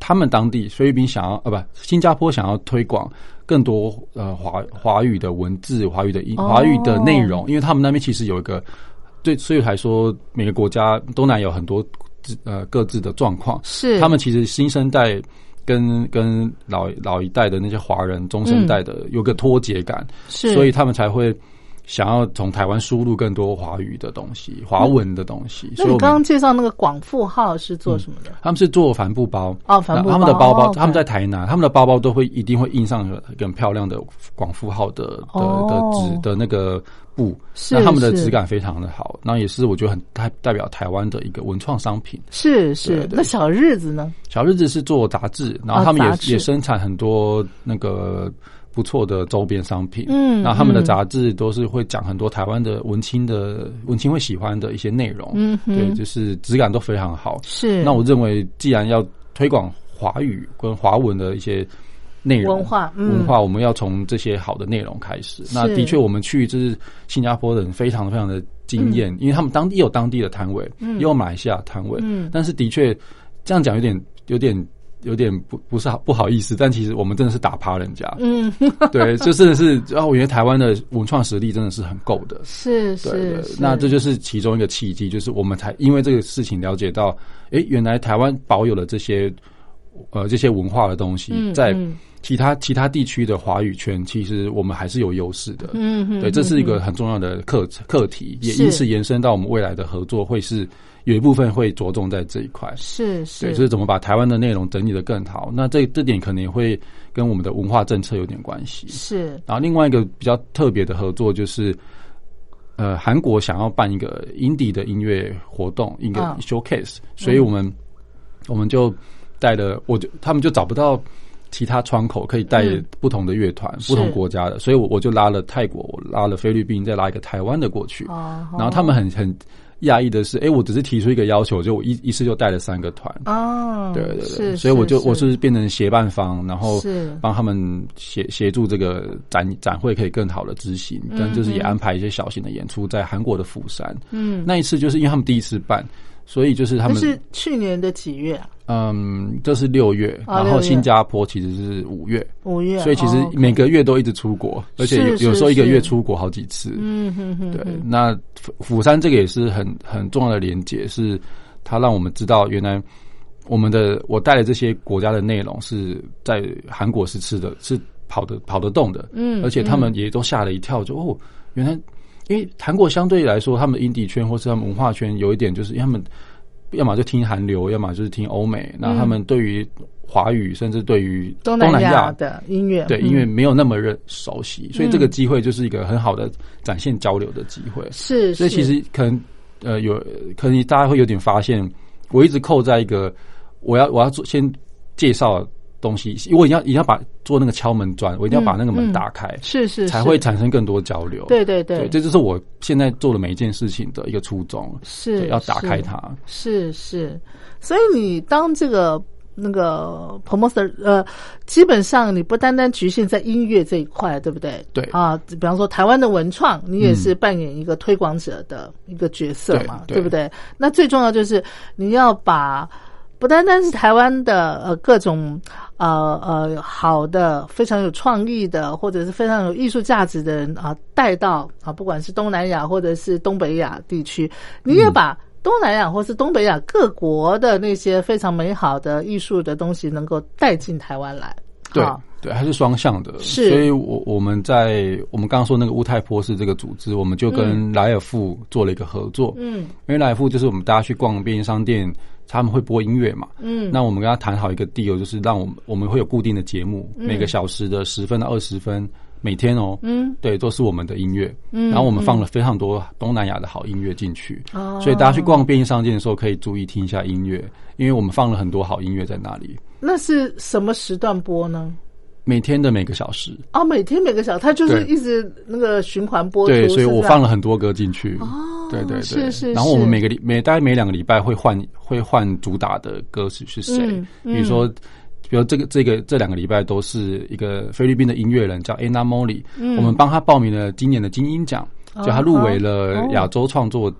他们当地菲律宾想要呃不，新加坡想要推广更多呃华华语的文字、华语的音、哦华语的内容，因为他们那边其实有一个对，所以才说每个国家东南亚有很多自呃各自的状况，是他们其实新生代。跟跟老老一代的那些华人中生代的有个脱节感，嗯是，所以他们才会想要从台湾输入更多华语的东西、华文的东西。嗯那所以你我刚刚们嗯介绍那个广富号是做什么的？他们是做帆布包哦帆布包那他们的包哦包， ，OK 他们在台南，他们的包包都会一定会印上一个很漂亮的广富号的的的哦纸的那个布，是那他们的是质感非常的好，那也是我觉得很代代表台湾的一个文创商品。是是对，哦对那小日子呢？小日子是做杂志，然后哦他们也、杂志也生产很多那个不错的周边商品。嗯然后他们的嗯杂志都是会讲很多台湾的文青的文青会喜欢的一些内容。嗯哼对，就是质感都非常好。是，那我认为，既然要推广华语跟华文的一些内容文化嗯文化我们要从这些好的内容开始。那的确，我们去就是新加坡人非常非常的惊艳，因为他们当地也有当地的摊位，也有马来西亚摊位，嗯但是的确这样讲有点有点。有点不不是好不好意思，但其实我们真的是打趴人家，嗯， *laughs* 对，就真的是啊，我觉得台湾的文创实力真的是很够的，是对是对，是，那这就是其中一个契机，就是我们才因为这个事情了解到，诶，原来台湾保有了这些呃这些文化的东西，嗯在嗯其他其他地区的华语圈，其实我们还是有优势的。嗯嗯对，这是一个很重要的课课题，也因是此延伸到我们未来的合作会是有一部分会着重在这一块。是是，对，就是怎么把台湾的内容整理的更好。那这这点可能也会跟我们的文化政策有点关系。是然后另外一个比较特别的合作就是，呃，韩国想要办一个 indie 的音乐活动，一个嗯 showcase，、所以我们、我们就带了，我就他们就找不到其他窗口可以带嗯不同的乐团、是不同国家的，所以我我就拉了泰国，我拉了菲律宾，再拉一个台湾的过去。哦，然后他们很很讶异的是，哎，我只是提出一个要求，就我一一次就带了三个团。哦，对对对，是所以我就我是变成协办方，然后是帮他们协协助这个展展会可以更好的执行，但就是也安排一些小型的演出在韩国的釜山。嗯，那一次就是因为他们第一次办，所以就是他那们是去年的几月啊？嗯，这是六月，哦然后六月新加坡其实是五月，五月，所以其实哦每个月都一直出国，而且有是有时候一个是月出国好几次。嗯哼哼，对，那釜釜山这个也是很很重要的连接，是它让我们知道原来我们的我带的这些国家的内容是在韩国是吃的，是跑得跑得动的，嗯而且他们也都吓了一跳，就哦，原来因为韩国相对来说，他们的 indie 圈或是他们文化圈有一点就是因为他们要么就听韩流，要么就是听欧美，那他们对于华语甚至对于嗯东南亚的音乐，对，嗯因为没有那么认熟悉，所以这个机会就是一个很好的展现交流的机会。是，所以其是实可能呃有，可能大家会有点发现，我一直扣在一个我要我要做先介绍东西，因为我一定要一定要把做那个敲门砖，我一定要把那个嗯门嗯打开，是是才是会产生更多交流。对对对这就是我现在做的每一件事情的一个初衷，是对要打是开它。是是，所以你当这个那个 promoter，呃，基本上你不单单局限在音乐这一块，对不对？对嗯啊，比方说台湾的文创，你也是扮演一个推广者的一个角色对嘛，对不对？那最重要就是你要把。不单单是台湾的呃各种呃呃好的非常有创意的或者是非常有艺术价值的人啊、带到啊不管是东南亚或者是东北亚地区，你嗯也把东南亚或是东北亚各国的那些非常美好的艺术的东西能够带进台湾来。对啊对，它是双向的。是所以我我们在我们刚刚说那个乌泰坡市这个组织，我们就跟莱尔富做了一个合作。嗯因为莱尔富就是我们大家去逛便利商店，他们会播音乐嘛。嗯，那我们跟他谈好一个 deal，就是让我们我们会有固定的节目，每个小时的十分到二十分，每天哦，嗯，对，都是我们的音乐。嗯然后我们放了非常多东南亚的好音乐进去，哦所以大家去逛便利商店的时候可以注意听一下音乐，因为我们放了很多好音乐在那里。那是什么时段播呢？每天的每个小时，啊，每天每个小时，它就是对一直那个循环播出，对，所以我是吧啊放了很多歌进去。哦对对对，是是然后我是们每个礼每大概每两个礼拜会换会换主打的歌是是谁，嗯比如说。比如这个这个这两个礼拜都是一个菲律宾的音乐人叫 Anna Molly，、我嗯们帮他报名了今年的金鹰奖，就他入围了哦亚洲创作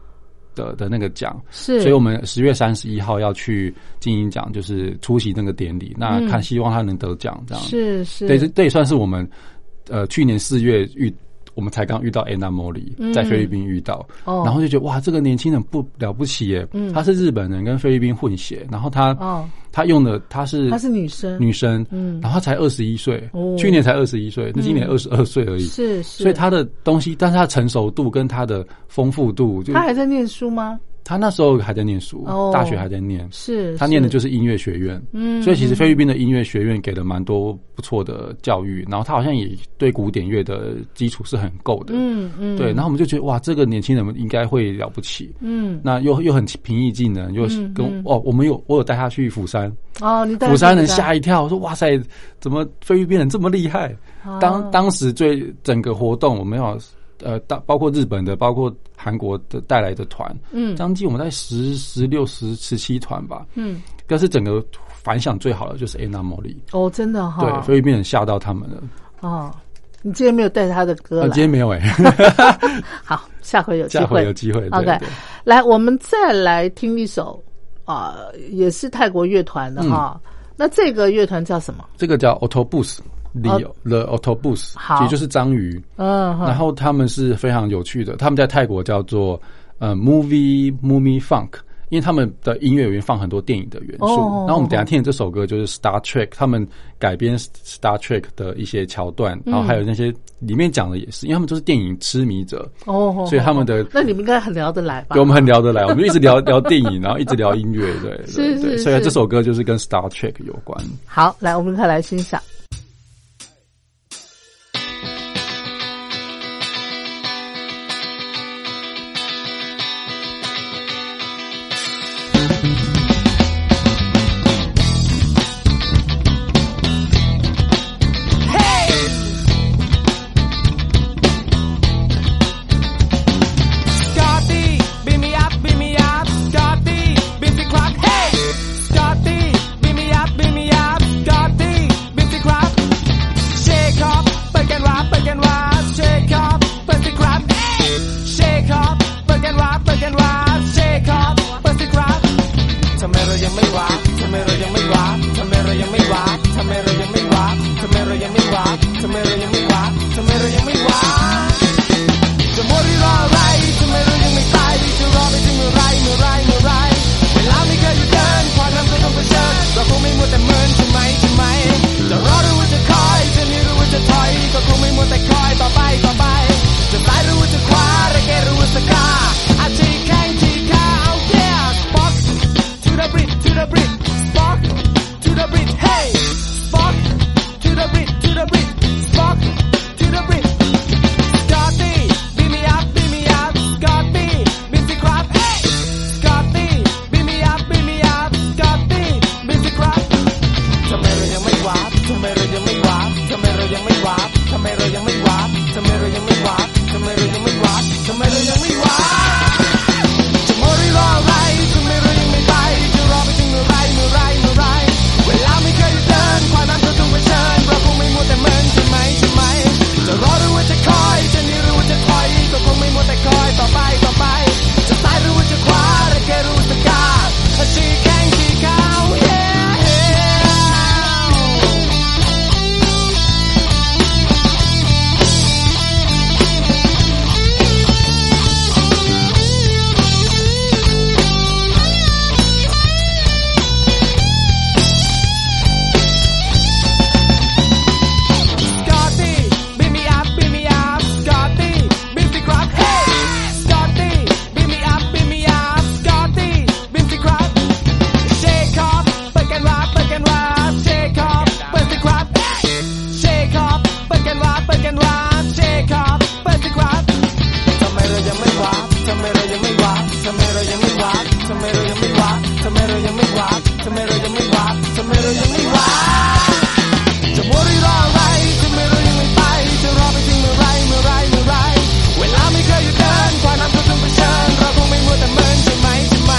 的、的那个奖，是，所以我们十月三十一号要去金鹰奖，就是出席那个典礼，那嗯看希望他能得奖这样。是是啊对，这这也算是我们呃去年四月遇，我们才刚遇到 Anna Mori，在菲律宾遇到，嗯哦嗯然后就觉得哇，这个年轻人不了不起耶，他是日本人跟菲律宾混血，然后他、哦，他用的他是她是女生，女生，嗯然后他才二十一岁哦，嗯去年才二十一岁，那今年二十二岁而已。是是，所以他的东西，但是他成熟度跟他的丰富度，就她还在念书吗？他那时候还在念书，哦大学还在念，是，他念的就是是音乐学院，嗯所以其实菲律宾的音乐学院给了蛮多不错的教育，然后他好像也对古典乐的基础是很够的，嗯嗯对，然后我们就觉得哇，这个年轻人应该会了不起，嗯那又又很平易近人，又嗯跟、嗯哦，我们有我有带他去釜山，哦，你带釜山她人去干吓一跳，我说哇塞，怎么菲律宾人这么厉害？哦当当时最整个活动，我们要呃，大包括日本的，包括韩国的带来的团，嗯将近我们在十十六十十七团吧，嗯但是整个反响最好的就是 Anna m o l y 哦，真的哈，对，菲律宾人吓到他们了。哦，你今天没有带她的歌呃，今来，天没有哎、好，下回有机下会回有机会。对 OK，对来，我们再来听一首啊、也是泰国乐团嗯的哈。那这个乐团叫什么？这个叫 Autobus。The The 哦 Autobus，好其实就是章鱼。嗯，哈然后他们是非常有趣的，他们在泰国叫做呃 Movie Movie Funk，因为他们的音乐里面放很多电影的元素。哦然后我们等一下听的这首歌就是 Star Trek，他们改编 Star Trek 的一些桥段，嗯然后还有那些里面讲的也是，因为他们都是电影痴迷者，哦，所以他们的那你们应该很聊得来吧对，？我们很聊得来，我们一直聊聊电影，然后一直聊音乐，对对 *laughs* 是对，是所以是这首歌就是跟 Star Trek 有关。好，来，我们快来欣赏。 Scotty, beam me up, beam me up. Scotty, beat the clock. Hey, Scotty, beam me up, beam me up. Scotty, beat the clock. Shake up, break and rock, break and rock. Shake up, break the crap. Hey, shake up, break and rock, break and rock. Shake up, break the crap. Tomato, you may rock. Tomato, you may rock. Tomato, you may rock. Tomato, you may rock. Tomato, you may rock. Tomato, you may rock. Tomato, you may rock. จะมัวรีรออะไรทำไมเรายังไม่ตายดีจะรอไปถึงเมื่อไรเมื่อไรเมื่อไรเวลาไม่เคยหยุดเดินความนั้นก็ต้องเผชิญเราคงไม่มัวแต่เมินใช่ไหมใช่ไหมจะรอหรือว่าจะคอยจะหนีหรือว่าจะถอยก็คงไม่มัวแต่คอยต่อไปต่อไป จะซ้ายหรือว่าจะขวาระเกะหรือว่าสกาอาชีพแข้งชีขาเอาแก่บ็อก to the brick to the brick spark to the brick hey spark to the brick to the brick spark to the brick Scotty, beat me up, beat me up, Scotty, Missy Crop, hey! Scotty, beat me up, beat me up, Scotty, Missy Crop. Tomato ยังไม่หวาน Tomato ยังไม่หวาน Tomato ยังไม่หวาน Tomato ยังไม่หวาน Tomato ยังไม่หวาน Tomato ยังไม่หวาน Tomato ยังไม่หวาน จะมัวรีรออะไรทำไมเรายังไม่ไปจะรอไปถึงเมื่อไรเมื่อไรเมื่อไรเวลาไม่เคยหยุดเดินความนั้นก็ต้องเผชิญเราคงไม่มัวแต่เมินใช่ไหมใช่ไหมจะรอหรือว่าจะคอยจะหนีหรือว่าจะถอยก็คงไม่มัวแต่คอยต่อไปต่อไป จะซ้ายหรือว่าจะขวาหรือแค่รู้สกาสีแข้งสีขาว yeah yeah สกอตตี้บีมีอัพบีมีอัพสกอตตี้บีมสิครับเฮ้สกอตตี้บีมีอัพบีมีอัพสกอตตี้บีมสิครับเชคอปเปิดกันรับเปิดกันรับเชคอปเปิดสิครับเฮ้เชคอปเปิดกันรับเปิดกันรับเชคอปเปิดสิครับทำไมเรายังไม่วัดทำไมเรายังไม่วัดทำไมเรายังไม่วัดทำไมเรายังไม่วัดทำไมเรายังไม่วัดทำไมเรายังไม่วัดทำไมเรายังไม่วัด จะมัวรีรออะไรจะไม่รู้ยังไม่ไป จะรอไปถึงเมื่อไรเมื่อไรเมื่อไรเวลาไม่เคยหยุดเดินความนั้นก็ต้องเผชิญเราคงไม่มัวแต่เมินใช่ไหมใช่ไหม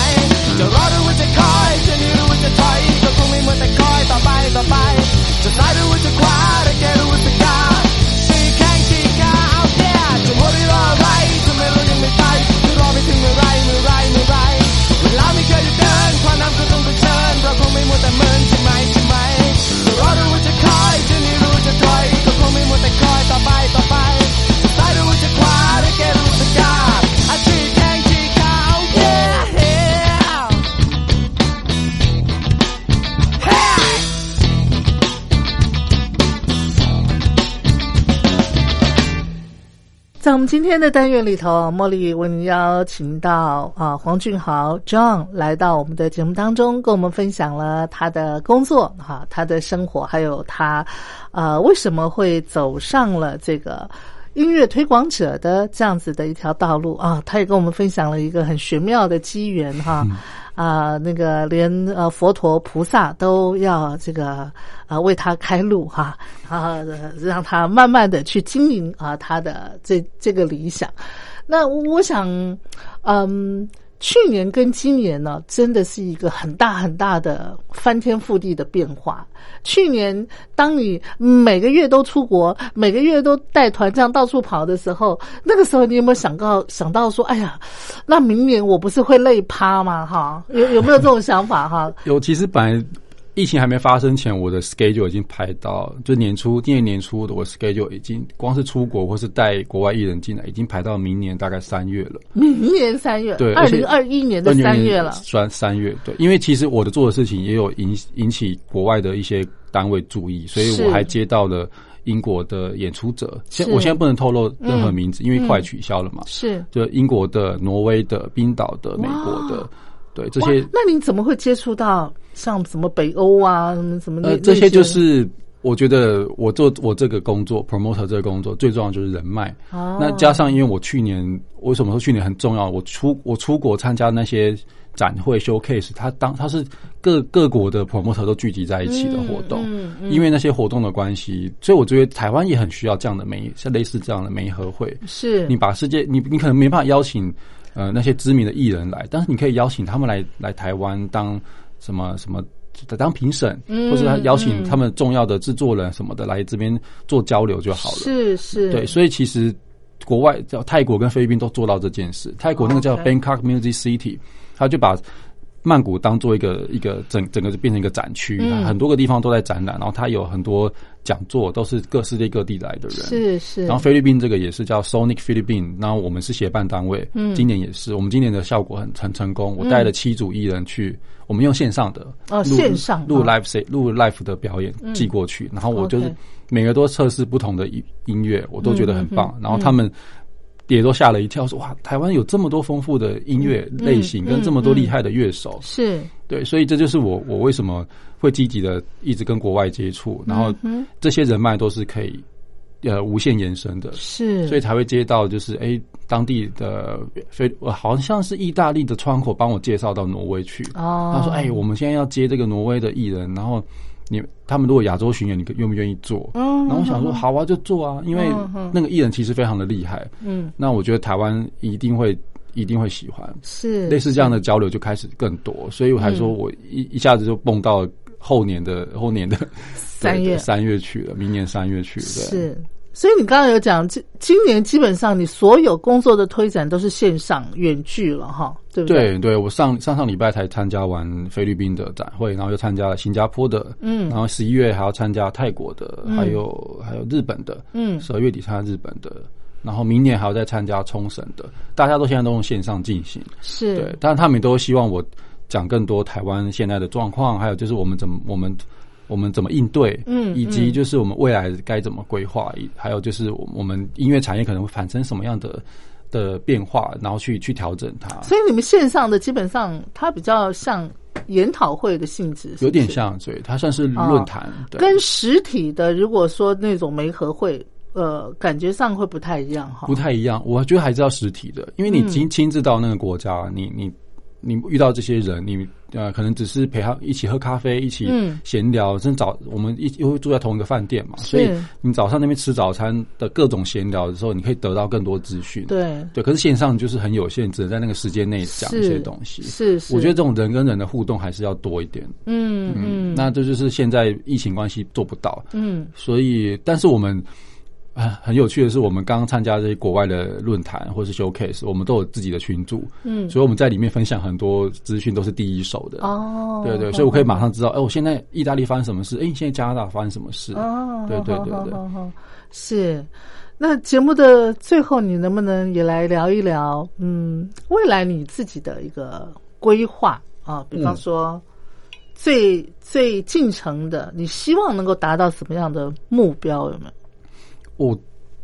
จะรอหรือว่าจะคอยจะหนีหรือว่าจะถอยก็คงไม่มัวแต่คอยต่อไปต่อไป จะซ้ายหรือว่าจะขวาหรือแกหรือว่าสกาชี้แข้งชี้ขาเอาแย่จะมัวรีรออะไรจะไม่รู้ยังไม่ไป จะรอไปถึงเมื่อไรเมื่อไรเมื่อไรเวลาไม่เคยหยุดเดินความนั้นก็ต้องเผชิญเราคงไม่มัวแต่เมินใช่ไหมใช่ไหม จะรอหรือว่าจะคอยจะหนีหรือว่าจะถอยก็คงไม่มัวแต่คอยต่อไปต่อไปจะซ้ายหรือว่าจะขวาหรือแกหรือว่าสกาอาชีพแข้งชีขาว yeah Hey! 在我们今天的单元里头，茉莉为您邀请到啊黄俊豪 John 来到我们的节目当中，跟我们分享了他的工作哈、啊，他的生活，还有他呃为什么会走上了这个。音乐推广者的这样子的一条道路啊，他也跟我们分享了一个很玄妙的机缘哈，啊、那个连呃佛陀菩萨都要这个啊、呃为他开路哈、然后呃让他慢慢的去经营啊、他的这这个理想。那我想，嗯，去年跟今年呢，真的是一个很大很大的翻天覆地的变化。去年，当你每个月都出国，每个月都带团这样到处跑的时候，那个时候你有没有想到想到说，哎呀，那明年我不是会累趴吗？哈，有有没有这种想法哈？有，其实本来疫情还没发生前，我的 schedule 已经排到，就年初今年年初的我 schedule 已经光是出国或是带国外艺人进来，已经排到明年大概三月了。明年三月，对二而且零二一年的三月了。三三月对，因为其实我的做的事情也有引引起国外的一些单位注意，所以是我还接到了英国的演出者，现是嗯我现在不能透露任何名字，因为快取消了嘛，是就英国的、挪威的、冰岛的、美国的，对这些哇那你怎么会接触到像什么北欧啊，什么什么那、呃那这些就是。我觉得我做我这个工作，promoter 这个工作最重要就是人脉。哦那加上，因为我去年为什么说去年很重要？我出我出国参加那些展会 showcase，它当它是各各国的 promoter 都聚集在一起的活动，嗯因为那些活动的关系，所以我觉得台湾也很需要这样的媒，像类似这样的媒合会。是你把世界，你你可能没办法邀请呃那些知名的艺人来，但是你可以邀请他们来来台湾当什么什么。当评审，嗯或者他邀请他们重要的制作人什么的来这边做交流就好了。是是，对，所以其实国外叫泰国跟菲律宾都做到这件事。泰国那个叫哦 OK Bangkok Music City，他就把曼谷当做一个一个整整个就变成一个展区，嗯很多个地方都在展览，然后他有很多讲座，都是各世界各地来的人。是是，然后菲律宾这个也是叫 Sonic Philippine，然后我们是协办单位，嗯今年也是，我们今年的效果很很成功，我带了七组艺人去，我们用线上的哦录线上录哦 live set- 录 live 的表演寄过去，然后我就是 OK 每个都测试不同的音音乐，我都觉得很棒，嗯嗯嗯然后他们。也都吓了一跳，说哇，台湾有这么多丰富的音乐类嗯型，嗯嗯跟这么多厉害的乐手，是对，所以这就是我我为什么会积极的一直跟国外接触，然后嗯这些人脉都是可以呃无限延伸的，是，所以才会接到就是哎、诶当地的非呃好像是意大利的窗口帮我介绍到挪威去。哦，他说：“哎、我们现在要接这个挪威的艺人，然后你他们如果亚洲巡演，你愿不愿意做？”嗯然后我想说：“好啊，就做啊，因为嗯嗯那个艺人其实非常的厉害，嗯那我觉得台湾一定会一定会喜欢。”是嗯类似这样的交流就开始更多，所以我才说我一一下子就蹦到后年的后年的三 *laughs* 月三月去了，明年三月去了。对是。所以你刚刚有讲，今今年基本上你所有工作的推展都是线上远距了哈，对不对？对对，我上上上礼拜才参加完菲律宾的展会，然后又参加了新加坡的，嗯然后十一月还要参加泰国的，还有还有日本的，嗯十二月底参加日本的，然后明年还要再参加冲绳的，大家都现在都用线上进行，是对，但是他们都希望我讲更多台湾现在的状况，还有就是我们怎么我们我们怎么应对，嗯以及就是我们未来该怎么规划，以还有就是我我们音乐产业可能会产生什么样的的变化，然后去去调整它。所以你们线上的基本上它比较像研讨会的性质，是不是有点像，对，它算是论坛，对哦跟实体的，如果说那种媒合会，呃，感觉上会不太一样哈不。太一样。我觉得还是要实体的，因为你亲亲自到那个国嗯家，你你你遇到这些人，你呃可能只是陪他一起喝咖啡，一起嗯闲聊，甚至早我们一又会住在同一个饭店嘛，所以你早上那边吃早餐的各种闲聊的时候，你可以得到更多资讯。对，对，可是线上就是很有限，只能在那个时间内讲一些是东西。是是，我觉得这种人跟人的互动还是要多一点。嗯嗯，嗯那这就是现在疫情关系做不到。嗯所以，但是我们啊，很有趣的是，我们刚刚参加这些国外的论坛或是 showcase，我们都有自己的群组，嗯，所以我们在里面分享很多资讯，都是第一手的。哦，对对，所以我可以马上知道，哎，我现在意大利发生什么事？哎，现在加拿大发生什么事？哦，对对好对好对好好是。那节目的最后，你能不能也来聊一聊？嗯，未来你自己的一个规划啊，比方嗯说最、最进程的，你希望能够达到什么样的目标？有没有？我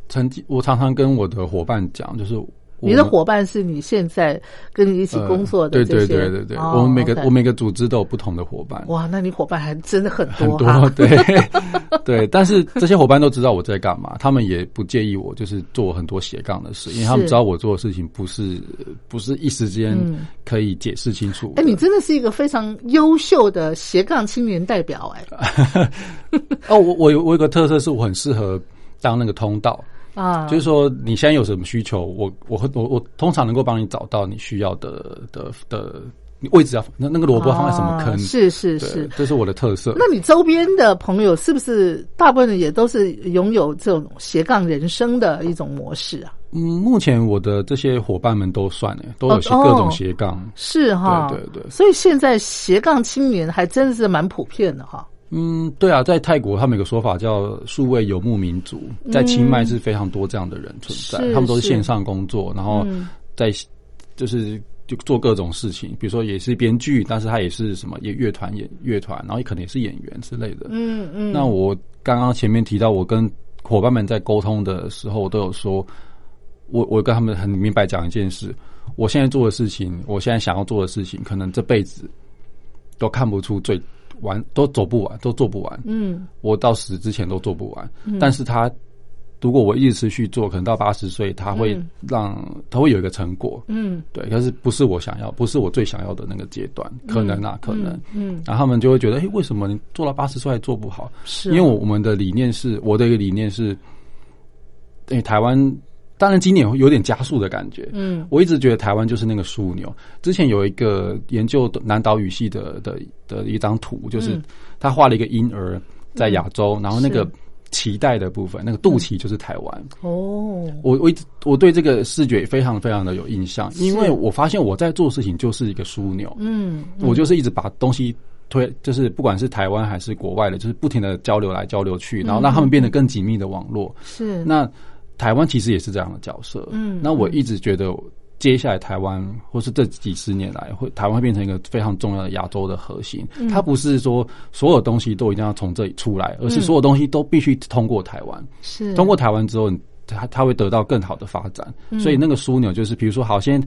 曾经我常常跟我的伙伴讲，就是我你的们伙伴是你现在跟你一起工作的呃这对些，对对对对，哦我们每个 OK 我每个组织都有不同的伙伴，哇，那你伙伴还真的很很多啊哈， *laughs* 多，对对，但是这些伙伴都知道我在干嘛，他 *laughs* 们也不介意我就是做很多斜杠的事，因为他们是知道我做的事情不是不是一时间嗯可以解释清楚的。哎，你真的是一个非常优秀的斜杠青年代表哎哦，我我有我有个特色是我很适合当那个通道，啊，就是说你现在有什么需求，我我会我我通常能够帮你找到你需要的的的你位置啊，那那个萝卜放在什么坑？啊是是对是。这是我的特色。那你周边的朋友是不是大部分人也都是拥有这种斜杠人生的一种模式啊？嗯，目前我的这些伙伴们都算诶，都有些哦各种斜杠。是哈，对对对所以现在斜杠青年还真是蛮普遍的哈。嗯，对啊，在泰国他们有个说法叫“数位游牧民族”，在清迈是非常多这样的人存在，是他们都嗯是是嗯线上工作，然后在就是就做各种事情，比如说也是编剧，但是他也是什么也乐团演乐团，然后也可能也是演员之类的。嗯嗯，那我刚刚前面提到，我跟伙伴们在沟通的时候都有说，我我跟他们很明白讲一件事，我现在做的事情，我现在想要做的事情，可能这辈子都看不出最完，都走不完，都做不完，嗯我到死之前都做不完。但是他如果我一直持续做，可能到八十岁，他会嗯让、他会有一个成果，嗯对，可是不是我想要，不是我最想要的那个阶段，可能啊，可能。嗯，然后他们就会觉得，哎、为什么你做到八十岁还做不好？是啊因为我我们的理念是，我的一个理念是，诶、台湾当然今年有点加速的感觉。嗯我一直觉得台湾就是那个枢纽。之前有一个研究南岛语系的的的一张图，就是嗯他画了一个婴儿在亚洲，然后那个是脐带的部分，那个肚脐就是台湾。哦，我我一直我对这个视觉非常非常的有印象，是因为我发现我在做事情就是一个枢纽。嗯我就是一直把东西推，就是不管是台湾还是国外的，就是不停的交流来交流去，然后让他们变得更紧密的网络。是那台湾其实也是这样的角色。嗯那我一直觉得。接下来，台湾或是这几十年来，会台湾会变成一个非常重要的亚洲的核心。它不是说所有东西都一定要从这里出来，而是所有东西都必须通过台湾。是通过台湾之后，你它它会得到更好的发展。嗯所以那个枢纽就是，比如说，好，先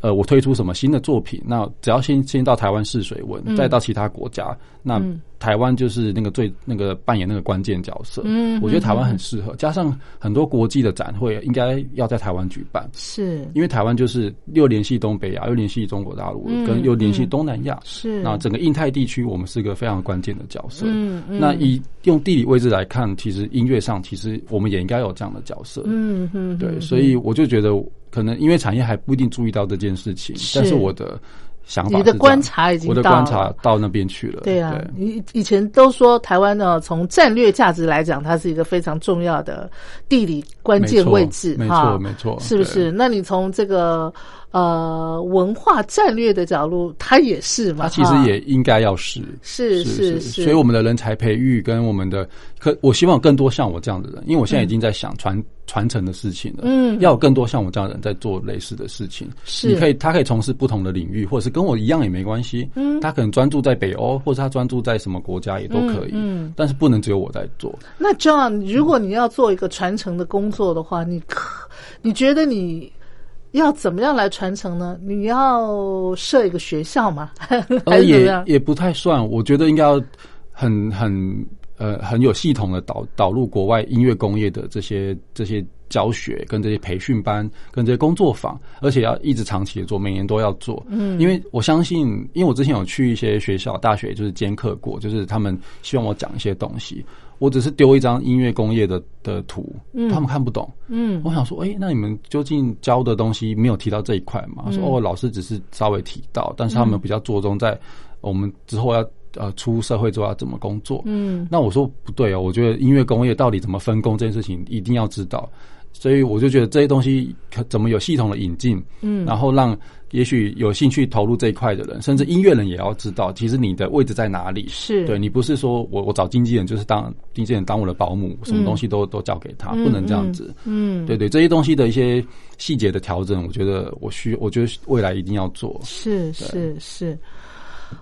呃，我推出什么新的作品，那只要先先到台湾试水嗯温，再到其他国家，那台湾就是那个最那个扮演那个关键角色。嗯我觉得台湾很适合，加上很多国际的展会应该要在台湾举办。是因为台湾就是又联系东北亚，又联系中国大陆，嗯跟又联系东南亚，是那整个印太地区，我们是个非常关键的角色。嗯嗯那以用地理位置来看，其实音乐上，其实我们也应该有这样的角色。嗯嗯对，所以我就觉得，可能因为产业还不一定注意到这件事情，是但是我的想法是这你样，的观察已经我的到观了察到那边去了。对啊，以以前都说台湾呢，从战略价值来讲，它是一个非常重要的地理关键位置没错哈没错没错是不是？对那你从这个呃文化战略的角度，它也是嘛？它其实哈也应该要是。是是是，所以我们的人才培育跟我们的，可我希望有更多像我这样的人，因为我现在已经在想传传承的事情了，嗯要有更多像我这样的人在做类似的事情。是你可以，他可以从事不同的领域，或者是跟我一样也没关系，嗯，他可能专注在北欧，或者他专注在什么国家也都可以，嗯但是不能只有我在做。那 John，如果你要做一个传承的工作的话，你可你觉得你要怎么样来传承呢？你要设一个学校 *laughs* 吗？还而是怎么呃也样？也不太算，我觉得应该要很很呃很有系统的导导入国外音乐工业的这些这些教学跟这些培训班跟这些工作坊，而且要一直长期的做，每年都要做。嗯，因为我相信，因为我之前有去一些学校、大学就是兼课过，就是他们希望我讲一些东西。我只是丢一张音乐工业的的图，他们看不懂。嗯我想说，哎、那你们究竟教的东西没有提到这一块嗯吗？说哦，老师只是稍微提到，但是他们比较着重在我们之后要呃出社会之后要怎么工作。嗯那我说不对哦，我觉得音乐工业到底怎么分工这件事情一定要知道，所以我就觉得这些东西可怎么有系统的引进，嗯然后让也许有兴趣投入这一块的人，甚至音乐人也要知道，其实你的位置在哪里。是对你不是说我我找经纪人就是当经纪人当我的保姆，什么东西都、都交给他，不能这样子。嗯对对，这些东西的一些细节的调整，我觉得我需，我觉得未来一定要做。是是是，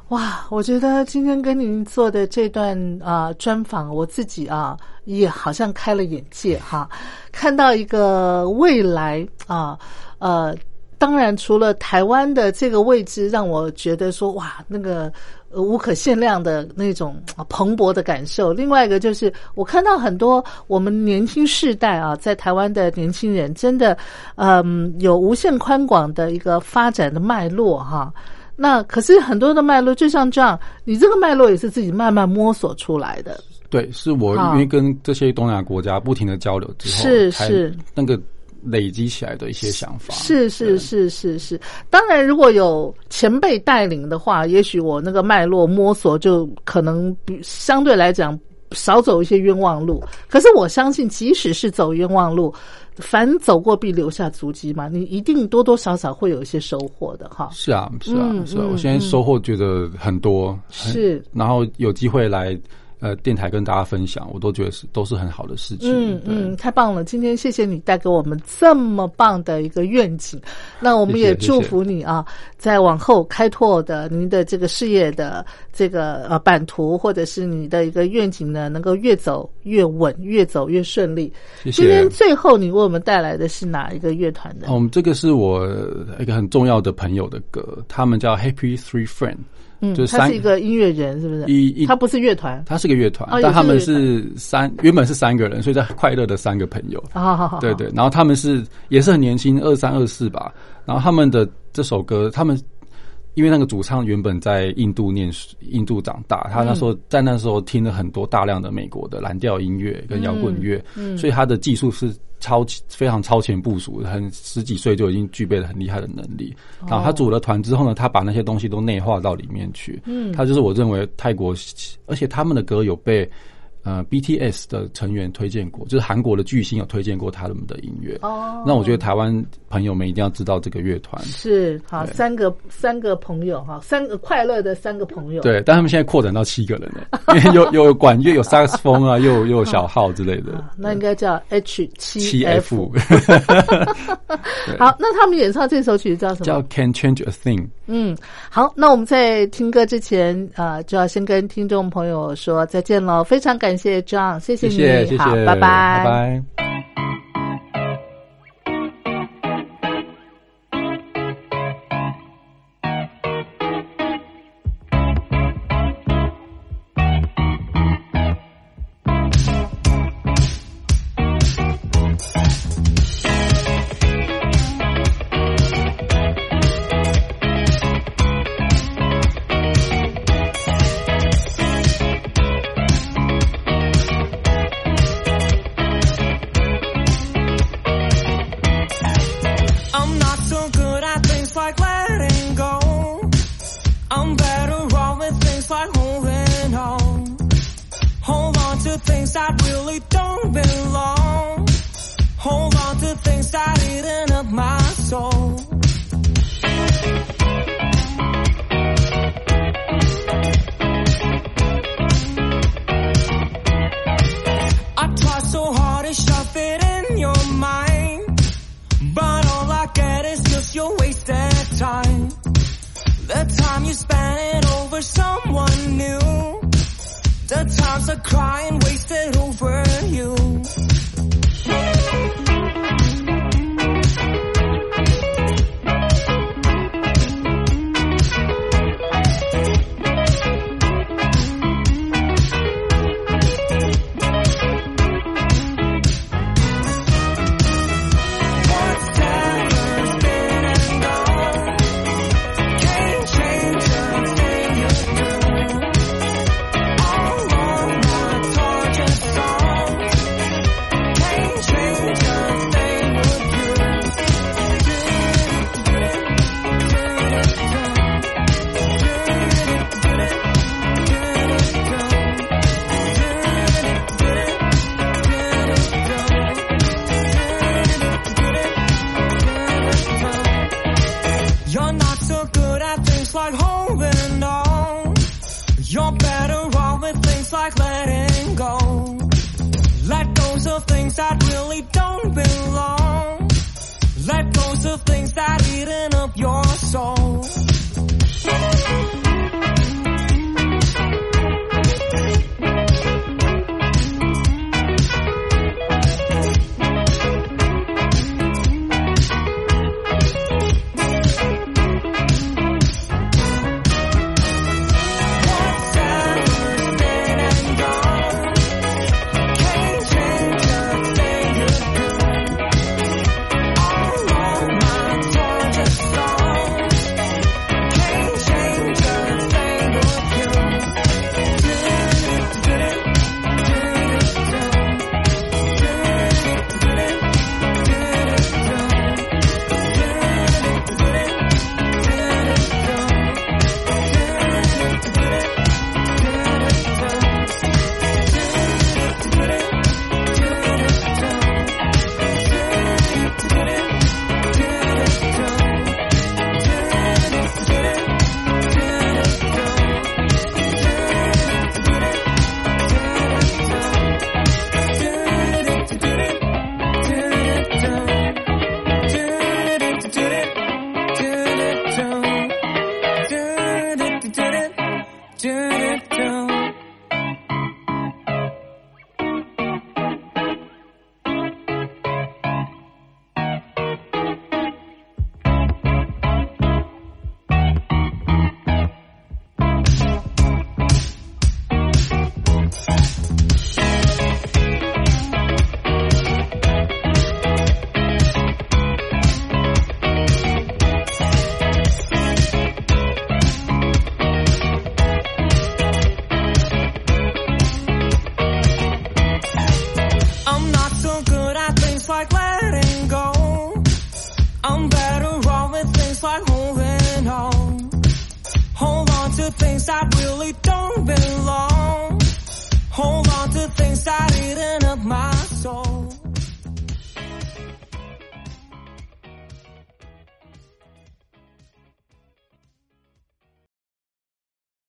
哇！我觉得今天跟您做的这段啊、呃专访，我自己啊也好像开了眼界哈，看到一个未来啊呃。当然，除了台湾的这个位置让我觉得说哇，那个呃无可限量的那种啊蓬勃的感受。另外一个就是，我看到很多我们年轻世代啊，在台湾的年轻人，真的，嗯，有无限宽广的一个发展的脉络哈、那可是很多的脉络，就像这样，你这个脉络也是自己慢慢摸索出来的。对，是我好因为跟这些东南亚国家不停的交流之后，是才是那个累积起来的一些想法。是是对，是是是，当然如果有前辈带领的话，也许我那个脉络摸索就可能比相对来讲少走一些冤枉路。可是我相信，即使是走冤枉路，凡走过必留下足迹嘛，你一定多多少少会有一些收获的哈。是啊，是啊，嗯是啊，嗯我现在收获觉得很多，很是，然后有机会来呃电台跟大家分享，我都觉得是都是很好的事情。嗯对嗯，，太棒了！今天谢谢你带给我们这么棒的一个愿景，那我们谢谢也谢祝福你啊，在往后开拓的您的这个事业的这个呃版图，或者是你的一个愿景呢，能够越走越稳，越走越顺利。谢今天谢。最后你为我们带来的是哪一个乐团的？哦我们这个是我一个很重要的朋友的歌，他们叫 Happy Three Friend，嗯，就是他三是一个音乐人，是不是？一一他不是乐团。他是个乐团哦，但也是他们乐团哦是三原本是三个人，所以叫快乐的三个朋友。好好好好，对对，然后他们是也是很年轻，二三二四吧。然后他们的这首歌，他们因为那个主唱原本在印度念书，印度长大，他那时候、在那时候听了很多大量的美国的蓝调音乐跟摇滚乐，所以他的技术是超非常超前部署，很十几岁就已经具备了很厉害的能力。然后他组了团之后呢，他把那些东西都内化到里面去。嗯，他就是我认为泰国，而且他们的歌有被。呃，BTS 的成员推荐过，就是韩国的巨星有推荐过他们的音乐。哦那我觉得台湾朋友们一定要知道这个乐团。是好对三个三个朋友哈，三个快乐的三个朋友。对，但他们现在扩展到七个人了， *laughs* 因为又又有管乐，有萨克斯风啊，又有又有小号之类的啊，。那应该叫 H 七七 F 好，那他们演唱这首曲子叫什叫么？ Can Change a Thing。嗯，好，那我们在听歌之前啊、呃就要先跟听众朋友说再见喽。非常感谢 John，谢谢你，谢谢谢，好，拜拜拜。 I'm not so good at things like letting go. I'm better off with things like holding on. Hold on to things that really don't belong. Hold on to things that eating up my soul. I try so hard to shove it in your mind. But all I get is just your wasted time. The time you spend it over someone new. The times of crying wasted over you. What's has been and gone. Can't change a thing you do. All of my torture songs. Can't change a thing You're not so good at things like holding on. You're better off with things like letting go. Let goes of things that really don't belong. Let goes of things that eating up your soul. All of my torture songs. things I really don't